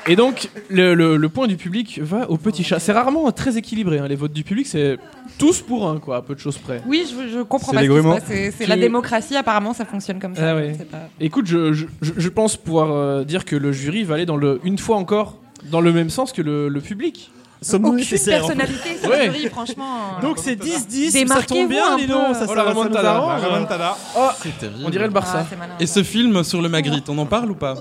Speaker 3: Et donc, le, le- le point du public va au petit chat. C'est rarement très équilibré. hein. Les votes du public, c'est tous pour un, quoi, à peu de choses près.
Speaker 8: Oui, je, je comprends
Speaker 5: C'est
Speaker 8: pas
Speaker 5: les
Speaker 8: ce qui se
Speaker 5: grumeaux.
Speaker 8: passe. C'est
Speaker 2: Ah
Speaker 8: c'est
Speaker 3: Tu-
Speaker 8: la démocratie, apparemment, ça fonctionne comme ça.
Speaker 3: Ah ouais.
Speaker 8: Je sais pas.
Speaker 3: Écoute, je, je- je- je pense pouvoir euh, dire que le jury va aller dans le, une fois encore dans le même sens que le, le public.
Speaker 2: Sommes-nous
Speaker 8: Aucune
Speaker 2: nécessaires en fait
Speaker 8: personnalité, ce
Speaker 3: Ouais.
Speaker 8: jury, franchement.
Speaker 2: Donc c'est 10-10, ça
Speaker 8: Démarquez-vous
Speaker 2: tombe bien,
Speaker 8: un
Speaker 2: les
Speaker 8: peu.
Speaker 2: noms. Ça,
Speaker 3: Oh,
Speaker 2: ça,
Speaker 3: la
Speaker 2: ça nous
Speaker 3: remontada.
Speaker 2: arrange.
Speaker 6: C'est terrible.
Speaker 3: On dirait le Barça.
Speaker 8: Ah, c'est malin.
Speaker 6: Et ce film sur le Magritte, on en parle ou pas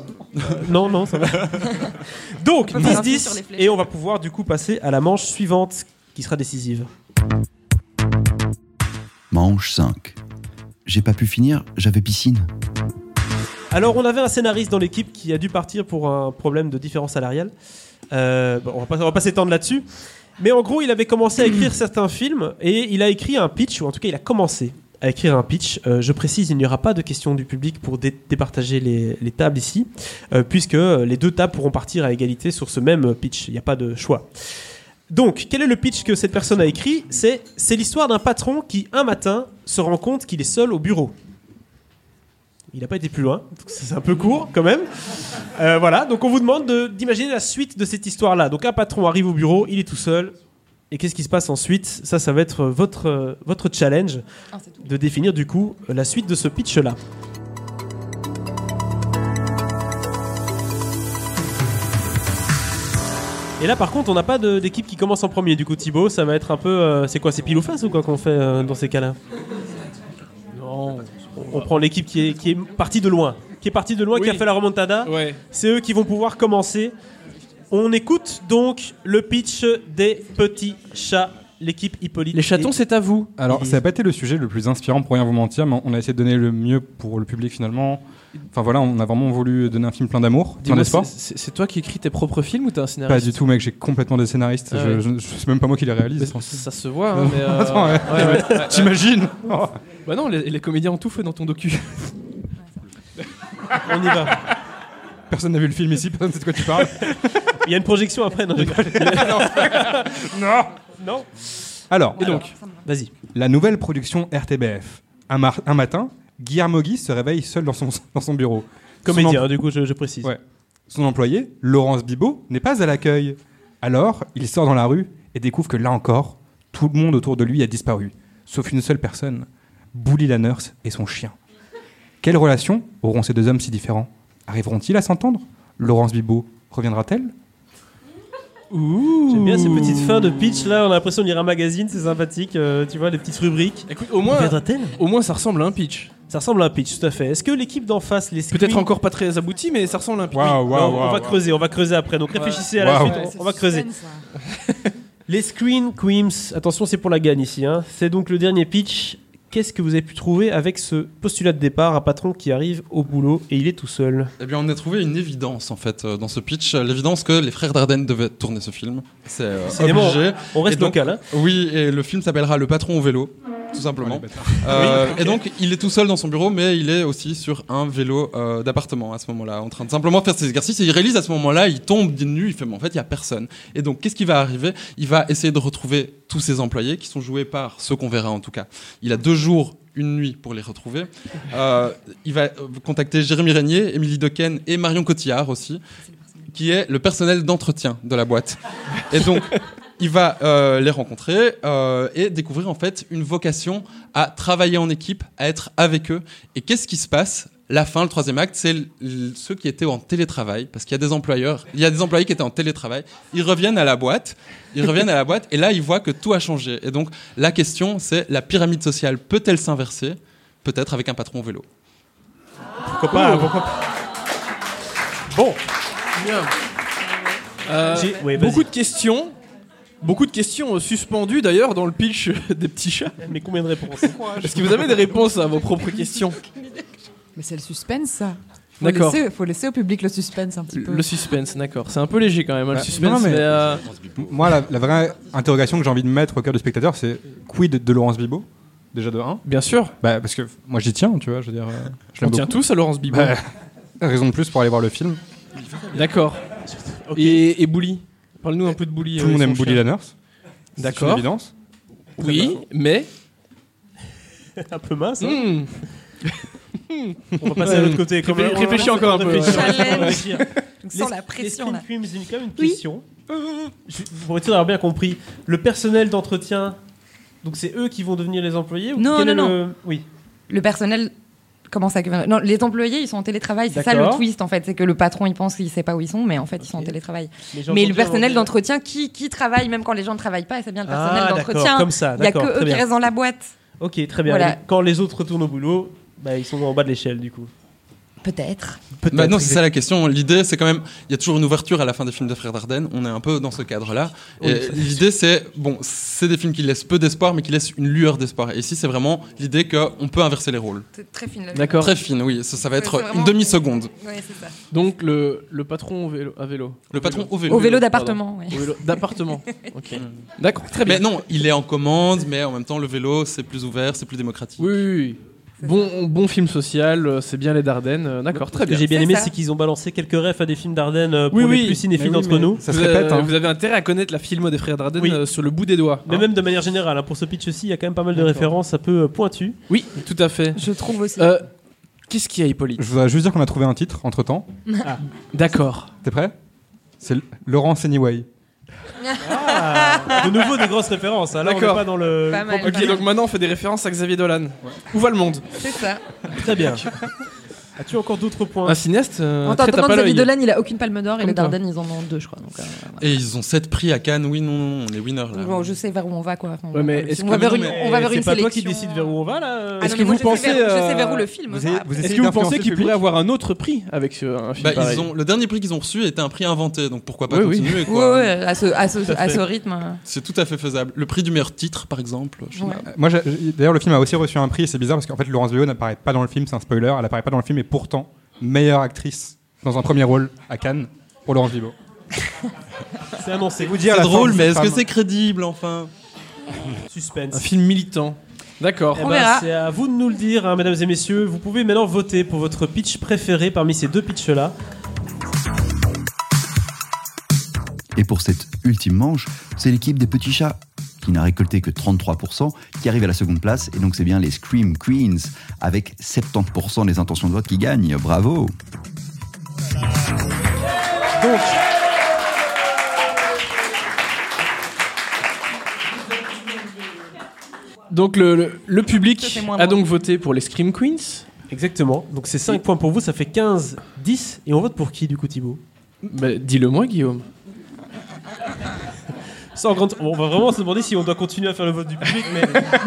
Speaker 2: Non, non, ça va. Donc,
Speaker 8: peut balancer sur
Speaker 2: 10-10,
Speaker 8: les flèches.
Speaker 2: et on va pouvoir du coup passer à la manche suivante qui sera décisive.
Speaker 1: Manche 5. J'ai pas pu finir, j'avais piscine.
Speaker 2: Alors, on avait un scénariste dans l'équipe qui a dû partir pour un problème de différence salariale. Euh, bon, on va pas- on va pas s'étendre là-dessus. Mais en gros, il avait commencé à écrire certains films et il a écrit un pitch, ou en tout cas, il a commencé à écrire un pitch. Euh, je précise, il n'y aura pas de questions du public pour dé- départager les, les tables ici, euh, puisque les deux tables pourront partir à égalité sur ce même pitch. Il n'y a pas de choix. Donc, quel est le pitch que cette personne a écrit C'est c'est l'histoire d'un patron qui, un matin, se rend compte qu'il est seul au bureau. Il n'a pas été plus loin, donc c'est un peu court quand même. Euh, voilà, donc on vous demande de- d'imaginer la suite de cette histoire-là. Donc un patron arrive au bureau, il est tout seul, et qu'est-ce qui se passe ensuite Ça, ça va être votre, euh, votre challenge
Speaker 8: Ah,
Speaker 2: de définir du coup euh, la suite de ce pitch-là. Et là, par contre, on n'a pas de- d'équipe qui commence en premier. Du coup, Thibaut, ça va être un peu. euh, c'est quoi C'est pile ou face ou quoi qu'on fait euh, dans ces cas-là Non. On prend l'équipe qui est, qui est partie de loin. Qui est partie de loin, qui a fait la remontada.
Speaker 3: Ouais.
Speaker 2: C'est eux qui vont pouvoir commencer. On écoute donc le pitch des petits chats, l'équipe Hippolyte.
Speaker 3: Les chatons,
Speaker 2: et-
Speaker 3: c'est à vous.
Speaker 5: Alors, ça n'a pas été le sujet le plus inspirant pour rien vous mentir, mais on a essayé de donner le mieux pour le public finalement. Enfin voilà, on a vraiment voulu donner un film plein d'amour, plein
Speaker 3: Dis-moi,
Speaker 5: d'espoir.
Speaker 3: c'est- C'est c'est toi qui écris tes propres films ou t'es un scénariste
Speaker 5: Pas du tout, mec, j'ai complètement des scénaristes.
Speaker 3: Ah
Speaker 5: je,
Speaker 3: ouais.
Speaker 5: je- je- c'est même pas moi qui les
Speaker 3: Mais
Speaker 5: réalise.
Speaker 3: ça se voit, hein, mais. euh,
Speaker 2: Ah
Speaker 5: Attends, ouais.
Speaker 3: ouais, ouais.
Speaker 5: T'imagines Oh.
Speaker 3: Bah non, les, les comédiens ont tout fait dans ton docu.
Speaker 2: On y va.
Speaker 5: Personne n'a vu le film ici, personne ne sait de quoi tu parles.
Speaker 2: Il y a une projection après, non, je rigole.
Speaker 5: non
Speaker 2: Non
Speaker 5: Alors,
Speaker 2: Et donc, vas-y.
Speaker 5: la nouvelle production RTBF. Un, mar- un matin, Guillermo Guy se réveille seul dans son, dans son bureau.
Speaker 2: Comédien, hein, du coup, je, je précise.
Speaker 5: Ouais. Son employé, Laurence Bibot, n'est pas à l'accueil. Alors, il sort dans la rue et découvre que là encore, tout le monde autour de lui a disparu, sauf une seule personne, Bouli la nurse et son chien. Quelle relation auront ces deux hommes si différents Arriveront-ils à s'entendre Laurence Bibot reviendra-t-elle
Speaker 2: J'aime bien ces petites fins de pitch là, on a l'impression de lire un magazine, c'est sympathique, euh, tu vois, les petites rubriques.
Speaker 3: Écoute, au moins,
Speaker 2: Viendra-t-elle
Speaker 3: au moins ça ressemble à un pitch.
Speaker 2: Ça ressemble à un pitch, tout à fait. Est-ce que l'équipe d'en face, les
Speaker 3: Peut-être
Speaker 2: screens-
Speaker 3: encore pas très abouti, mais ça ressemble à un pitch.
Speaker 2: Non, on va creuser, on va creuser après. Donc réfléchissez à la
Speaker 5: Waouh.
Speaker 2: suite, on- on, va creuser. Les Screen Queens, attention, c'est pour la gagne ici. hein. C'est donc le dernier pitch. Qu'est-ce que vous avez pu trouver avec ce postulat de départ, un patron qui arrive au boulot et il est tout seul
Speaker 6: Eh bien, on a trouvé une évidence en fait euh, dans ce pitch, euh, l'évidence que les frères Dardenne devaient tourner ce film. C'est euh,
Speaker 2: Cinéma,
Speaker 6: obligé.
Speaker 2: On reste
Speaker 6: Et donc-
Speaker 2: local. hein.
Speaker 6: Oui, et le film s'appellera Le patron au vélo, tout simplement. Euh, Et donc, il est tout seul dans son bureau, mais il est aussi sur un vélo euh, d'appartement à ce moment-là, en train de simplement faire ses exercices. Et il réalise à ce moment-là, il tombe des nues, il fait, mais en fait, il y a personne. Et donc, qu'est-ce qui va arriver Il va essayer de retrouver tous ses employés, qui sont joués par ceux qu'on verra en tout cas. Il a deux jours, une nuit pour les retrouver. Euh, il va euh, contacter Jérémy Régnier, Émilie Dequesne et Marion Cotillard aussi, qui est le personnel d'entretien de la boîte. Et donc, il va euh, les rencontrer euh, et découvrir en fait une vocation à travailler en équipe, à être avec eux. Et qu'est-ce qui se passe La fin, le troisième acte, c'est l- l- ceux qui étaient en télétravail, parce qu'il y a des employeurs, il y a des employés qui étaient en télétravail. Ils reviennent à la boîte, ils reviennent à la boîte, et là ils voient que tout a changé. Et donc la question, c'est la pyramide sociale peut-elle s'inverser Peut-être avec un patron au vélo.
Speaker 2: Pourquoi pas, pourquoi pas. Bon,
Speaker 3: Euh,
Speaker 2: J'ai- ouais, vas-y.
Speaker 3: beaucoup de questions. Beaucoup de questions euh, suspendues d'ailleurs dans le pitch euh, des petits chats.
Speaker 2: mais combien de réponses
Speaker 3: Est-ce que vous avez des réponses à vos propres questions
Speaker 7: Mais c'est le suspense, ça. Faut
Speaker 3: D'accord.
Speaker 7: laisser- Faut laisser au public le suspense un petit peu.
Speaker 3: Le suspense, d'accord. C'est un peu léger quand même, hein, le
Speaker 5: Bah,
Speaker 3: suspense.
Speaker 5: non, mais-
Speaker 3: mais, euh,
Speaker 5: Moi, la, la vraie interrogation que j'ai envie de mettre au cœur du spectateur, c'est quid de Laurence Bibot Déjà de 1
Speaker 3: bien sûr,
Speaker 5: bah, Parce que moi, j'y tiens, tu vois, je veux dire, euh, je
Speaker 3: on
Speaker 5: l'aime
Speaker 3: tient
Speaker 5: beaucoup.
Speaker 3: tous à Laurence Bibon.
Speaker 5: Bah, raison de plus pour aller voir le film.
Speaker 3: D'accord. Et, et Bouli Parle-nous un peu de Bouli.
Speaker 5: Tout
Speaker 3: euh,
Speaker 5: le monde
Speaker 3: et
Speaker 5: aime
Speaker 3: son
Speaker 5: Bully
Speaker 3: chien.
Speaker 5: la nurse. C'est
Speaker 3: D'accord.
Speaker 5: une évidence.
Speaker 3: Oui, mais.
Speaker 2: Un peu mince. hein.
Speaker 3: hmm,
Speaker 2: On va passer à l'autre côté. Comme-
Speaker 3: Réfléch-
Speaker 2: on- on-
Speaker 3: réfléchis encore un peu,
Speaker 2: réfléchis.
Speaker 4: ouais.
Speaker 2: On
Speaker 4: Challenge.
Speaker 2: va dire.
Speaker 4: Donc, Sans
Speaker 2: Les-
Speaker 4: la
Speaker 2: Les
Speaker 4: pression,
Speaker 2: Screen
Speaker 4: là.
Speaker 2: Queens, j'ai quand même une
Speaker 4: Oui.
Speaker 2: question. Je- Pour être sûr d'avoir bien compris, le personnel d'entretien, donc c'est eux qui vont devenir les employés ou
Speaker 4: Non,
Speaker 2: quel
Speaker 4: non,
Speaker 2: est le- Oui.
Speaker 4: Le personnel commence à... Non, les employés, ils sont en télétravail. C'est ça le
Speaker 2: D'accord.
Speaker 4: twist, en fait. C'est que le patron, il pense qu'il sait pas où ils sont, mais en fait, ils sont en
Speaker 2: Ok.
Speaker 4: télétravail.
Speaker 2: j'ai
Speaker 4: Mais
Speaker 2: entendu
Speaker 4: le personnel
Speaker 2: avant-
Speaker 4: d'entretien, qui, qui travaille même quand les gens ne travaillent pas, et c'est bien le personnel
Speaker 2: Ah, d'accord,
Speaker 4: d'entretien.
Speaker 2: comme ça,
Speaker 4: Il n'y a que
Speaker 2: d'accord,
Speaker 4: eux
Speaker 2: très
Speaker 4: qui
Speaker 2: bien.
Speaker 4: restent dans la boîte.
Speaker 2: Ok, très bien.
Speaker 4: Voilà.
Speaker 2: Et Quand les autres retournent au boulot, bah, ils sont en bas de l'échelle du coup.
Speaker 4: Peut-être.
Speaker 3: Peut-être.
Speaker 6: Bah non, c'est ça la question. L'idée, c'est quand même, il y a toujours une ouverture à la fin des films des frères Dardenne. On est un peu dans ce cadre-là.
Speaker 3: Oui,
Speaker 6: Et
Speaker 3: ça, c'est
Speaker 6: l'idée, c'est bon, c'est des films qui laissent peu d'espoir, mais qui laissent une lueur d'espoir. Et ici, c'est vraiment l'idée qu'on peut inverser les rôles.
Speaker 8: C'est Très fine. la lumière.
Speaker 3: D'accord.
Speaker 6: Très fine, oui. Ça, ça va être
Speaker 8: Ouais, c'est vraiment-
Speaker 6: une demi-seconde.
Speaker 8: Ouais, c'est ça.
Speaker 3: Donc le, le patron au vélo, à vélo.
Speaker 6: Le patron au vélo.
Speaker 8: Au vélo
Speaker 3: pardon.
Speaker 8: d'appartement, oui.
Speaker 3: Au vélo d'appartement. Ok. D'accord, très bien.
Speaker 6: Mais non, il est en commande, mais en même temps, le vélo, c'est plus ouvert, c'est plus démocratique.
Speaker 3: Oui, oui, oui. Bon, bon film social, euh, c'est bien les Dardennes. euh, D'accord, très
Speaker 2: Ce que
Speaker 3: bien.
Speaker 2: j'ai bien
Speaker 8: C'est
Speaker 2: aimé,
Speaker 8: ça.
Speaker 2: c'est qu'ils ont balancé quelques refs à des films d'Ardennes euh, pour
Speaker 3: Oui,
Speaker 2: les
Speaker 3: oui.
Speaker 2: plus cinéphiles
Speaker 5: Mais oui,
Speaker 2: d'entre
Speaker 5: mais-
Speaker 2: nous.
Speaker 5: Ça se
Speaker 3: vous,
Speaker 5: répète, hein.
Speaker 3: vous avez intérêt à connaître la filmo des frères Dardenne
Speaker 2: Oui.
Speaker 3: euh, sur le bout des doigts.
Speaker 2: Mais
Speaker 3: hein.
Speaker 2: même de manière générale, hein, pour ce pitch aussi, il y a quand même pas mal de
Speaker 3: D'accord.
Speaker 2: références un peu euh, pointues.
Speaker 3: Oui, tout à fait.
Speaker 4: Je trouve aussi.
Speaker 3: Euh, Qu'est-ce qu'il y a, Hippolyte
Speaker 5: Je voudrais juste dire qu'on a trouvé un titre entre temps.
Speaker 3: D'accord.
Speaker 5: T'es prêt C'est L- Laurence Anyway.
Speaker 2: De nouveau, des grosses références. Alors, on n'est
Speaker 3: D'accord.
Speaker 2: pas dans le.
Speaker 8: Pas mal.
Speaker 3: Ok, donc maintenant on fait des références à Xavier Dolan. Où va le monde
Speaker 8: C'est ça.
Speaker 2: Très bien. As-tu encore d'autres points
Speaker 3: Un cinéaste euh,
Speaker 4: en
Speaker 3: très tape
Speaker 4: t'entendant,
Speaker 3: à
Speaker 4: Xavier
Speaker 3: l'œil.
Speaker 4: Dolan, il a aucune palme d'or et
Speaker 3: Comme
Speaker 4: les
Speaker 3: toi.
Speaker 4: Dardennes, ils en ont deux, je crois. Donc, euh, voilà.
Speaker 6: Et ils ont 7 prix à Cannes. Oui, non, non, on est winner là.
Speaker 4: Bon, je sais vers où on va, quoi. Enfin,
Speaker 3: Ouais, mais
Speaker 4: on
Speaker 3: est-ce
Speaker 4: va
Speaker 3: que-
Speaker 4: vers
Speaker 6: mais
Speaker 4: une,
Speaker 6: non,
Speaker 4: on va vers
Speaker 2: C'est
Speaker 4: une
Speaker 2: pas toi qui
Speaker 4: sélection.
Speaker 2: décide vers où on va là euh,
Speaker 8: Ah
Speaker 3: Est-ce
Speaker 8: non,
Speaker 3: que
Speaker 8: mais moi,
Speaker 3: vous
Speaker 8: je sais
Speaker 3: pensez,
Speaker 8: vers- Je sais
Speaker 3: euh,
Speaker 8: vers où le film. hein.
Speaker 5: Vous
Speaker 8: va.
Speaker 5: essayez- vous essayez
Speaker 3: Est-ce que vous
Speaker 5: d'influencer
Speaker 3: pensez
Speaker 5: le
Speaker 3: qu'il
Speaker 5: public
Speaker 3: pourrait avoir un autre prix avec euh, un film
Speaker 6: Bah,
Speaker 3: pareil
Speaker 6: ils ont, le dernier prix qu'ils ont reçu était un prix inventé, donc pourquoi pas
Speaker 3: Oui, oui.
Speaker 6: continuer
Speaker 4: Ouais,
Speaker 6: quoi.
Speaker 4: Ah ouais, à ce, à ce,
Speaker 2: Tout à
Speaker 4: à
Speaker 2: fait.
Speaker 4: ce rythme.
Speaker 6: C'est tout à fait faisable. Le prix du meilleur titre, par exemple. je sais
Speaker 4: Ouais.
Speaker 6: pas.
Speaker 5: Euh, Moi, j'ai- j'ai- d'ailleurs, le film a aussi reçu un prix. et C'est bizarre parce qu'en fait, Laurence Véo n'apparaît pas dans le film. C'est un spoiler. Elle apparaît pas dans le film et pourtant meilleure actrice dans un premier rôle à Cannes pour Laurence Véo.
Speaker 2: C'est annoncé.
Speaker 5: Vous dire
Speaker 6: C'est
Speaker 5: la
Speaker 6: drôle,
Speaker 5: force
Speaker 6: mais
Speaker 5: des
Speaker 6: est-ce que
Speaker 5: femmes.
Speaker 6: c'est crédible enfin
Speaker 2: Suspense.
Speaker 3: Un film militant. Euh, D'accord.
Speaker 2: Eh
Speaker 8: On
Speaker 2: ben,
Speaker 8: verra.
Speaker 2: C'est à vous de nous le dire, hein, mesdames et messieurs. Vous pouvez maintenant voter pour votre pitch préféré parmi ces deux pitchs-là.
Speaker 1: Et pour cette ultime manche, c'est l'équipe des Petits Chats qui n'a récolté que 33%, qui arrive à la seconde place, et donc c'est bien les Scream Queens, avec 70% des intentions de vote qui gagnent, bravo
Speaker 2: Donc.
Speaker 3: Donc le, le- le public
Speaker 8: Ça, c'est moins
Speaker 3: a
Speaker 8: moi.
Speaker 3: donc voté pour les Scream Queens.
Speaker 2: Exactement. Donc c'est 5 points pour vous, ça fait 15, 10. Et on vote pour qui du coup, Thibaut
Speaker 3: Bah, Dis-le moi, Guillaume.
Speaker 2: Sans grande... On va vraiment se demander si on doit continuer à faire le vote du public, mais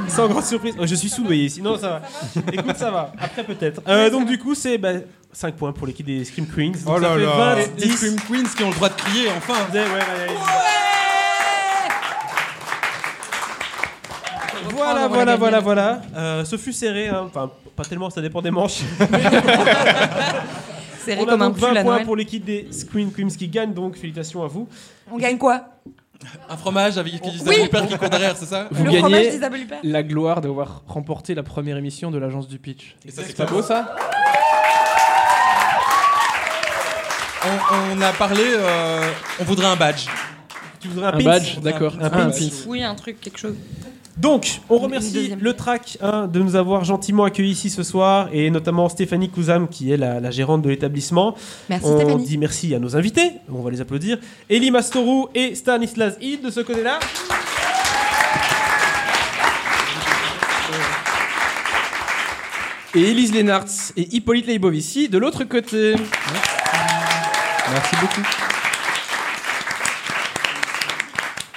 Speaker 2: sans grande surprise. Oh, je suis soudoyé ici. Non, ça va. Écoute, ça va. Après, peut-être. Euh, donc, du coup, c'est 5 points pour l'équipe des Scream Queens. Donc,
Speaker 5: Oh
Speaker 2: ça
Speaker 5: là
Speaker 2: fait
Speaker 5: là.
Speaker 2: 20,
Speaker 6: Et Ah, Les
Speaker 2: 10.
Speaker 6: Scream Queens qui ont le droit de crier, enfin
Speaker 2: Ouais, ouais, ouais, ouais. Voilà, voilà, voilà, voilà. Euh, ce fut serré, hein. enfin, pas tellement, ça dépend des manches.
Speaker 4: Serré
Speaker 2: On a
Speaker 4: comme un
Speaker 2: donc 20
Speaker 4: pull à
Speaker 2: points
Speaker 4: Noël.
Speaker 2: pour l'équipe des Scream Queens qui gagne, donc félicitations à vous.
Speaker 4: On gagne quoi
Speaker 6: Un fromage avec Isabelle
Speaker 4: Oui.
Speaker 6: Huppert qui court derrière, c'est ça
Speaker 3: Vous
Speaker 4: Le fromage
Speaker 3: gagnez
Speaker 4: d'Isabelle Huppert
Speaker 3: la gloire d'avoir remporté la première émission de l'agence du pitch.
Speaker 6: Et ça, c'est
Speaker 3: C'est pas beau ça
Speaker 6: On, on a parlé, euh, on voudrait un badge.
Speaker 2: Tu voudrais un,
Speaker 3: Un
Speaker 2: pins
Speaker 3: badge, d'accord.
Speaker 2: Un
Speaker 3: Ah,
Speaker 2: pins.
Speaker 3: pins.
Speaker 8: Oui, un truc, quelque chose.
Speaker 2: Donc, on
Speaker 8: Une
Speaker 2: remercie
Speaker 8: deuxième.
Speaker 2: le track hein, de nous avoir gentiment accueillis ici ce soir et notamment Stéphanie Couzam qui est la, la gérante de l'établissement.
Speaker 4: Merci
Speaker 2: On
Speaker 4: Stéphanie.
Speaker 2: dit merci à nos invités, on va les applaudir. Eli Mastorou et Stanislas Hill de ce côté-là.
Speaker 3: Et Élise Lénarts et Hippolyte Leibovici de l'autre côté.
Speaker 5: Merci beaucoup.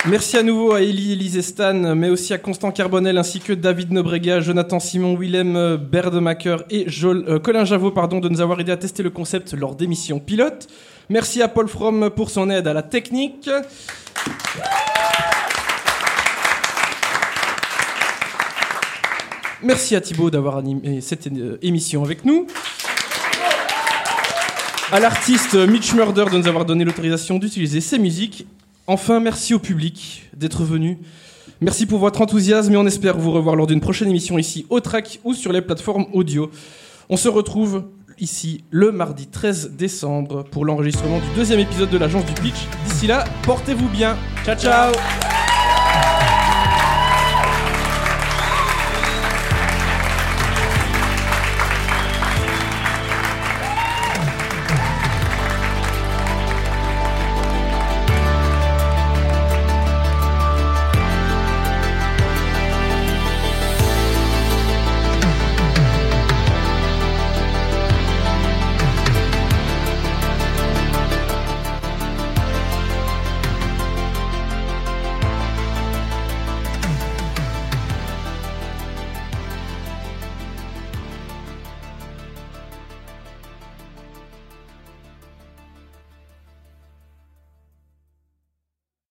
Speaker 3: Merci à nouveau à Elie, Elise et Stan, mais aussi à Constant Carbonel ainsi que David Nobrega, Jonathan Simon, Willem euh, Berdemacher et Joel- euh, Colin Javot pardon, de nous avoir aidé à tester le concept lors d'émissions pilotes. Merci à Paul Fromm pour son aide à la technique. Merci à Thibaut d'avoir animé cette euh, émission avec nous. À l'artiste Mitch Murder de nous avoir donné l'autorisation d'utiliser ses musiques. Enfin, merci au public d'être venu. Merci pour votre enthousiasme et on espère vous revoir lors d'une prochaine émission ici au track ou sur les plateformes audio. On se retrouve ici le mardi 13 décembre pour l'enregistrement du deuxième épisode de l'agence du pitch. D'ici là, portez-vous bien. Ciao ciao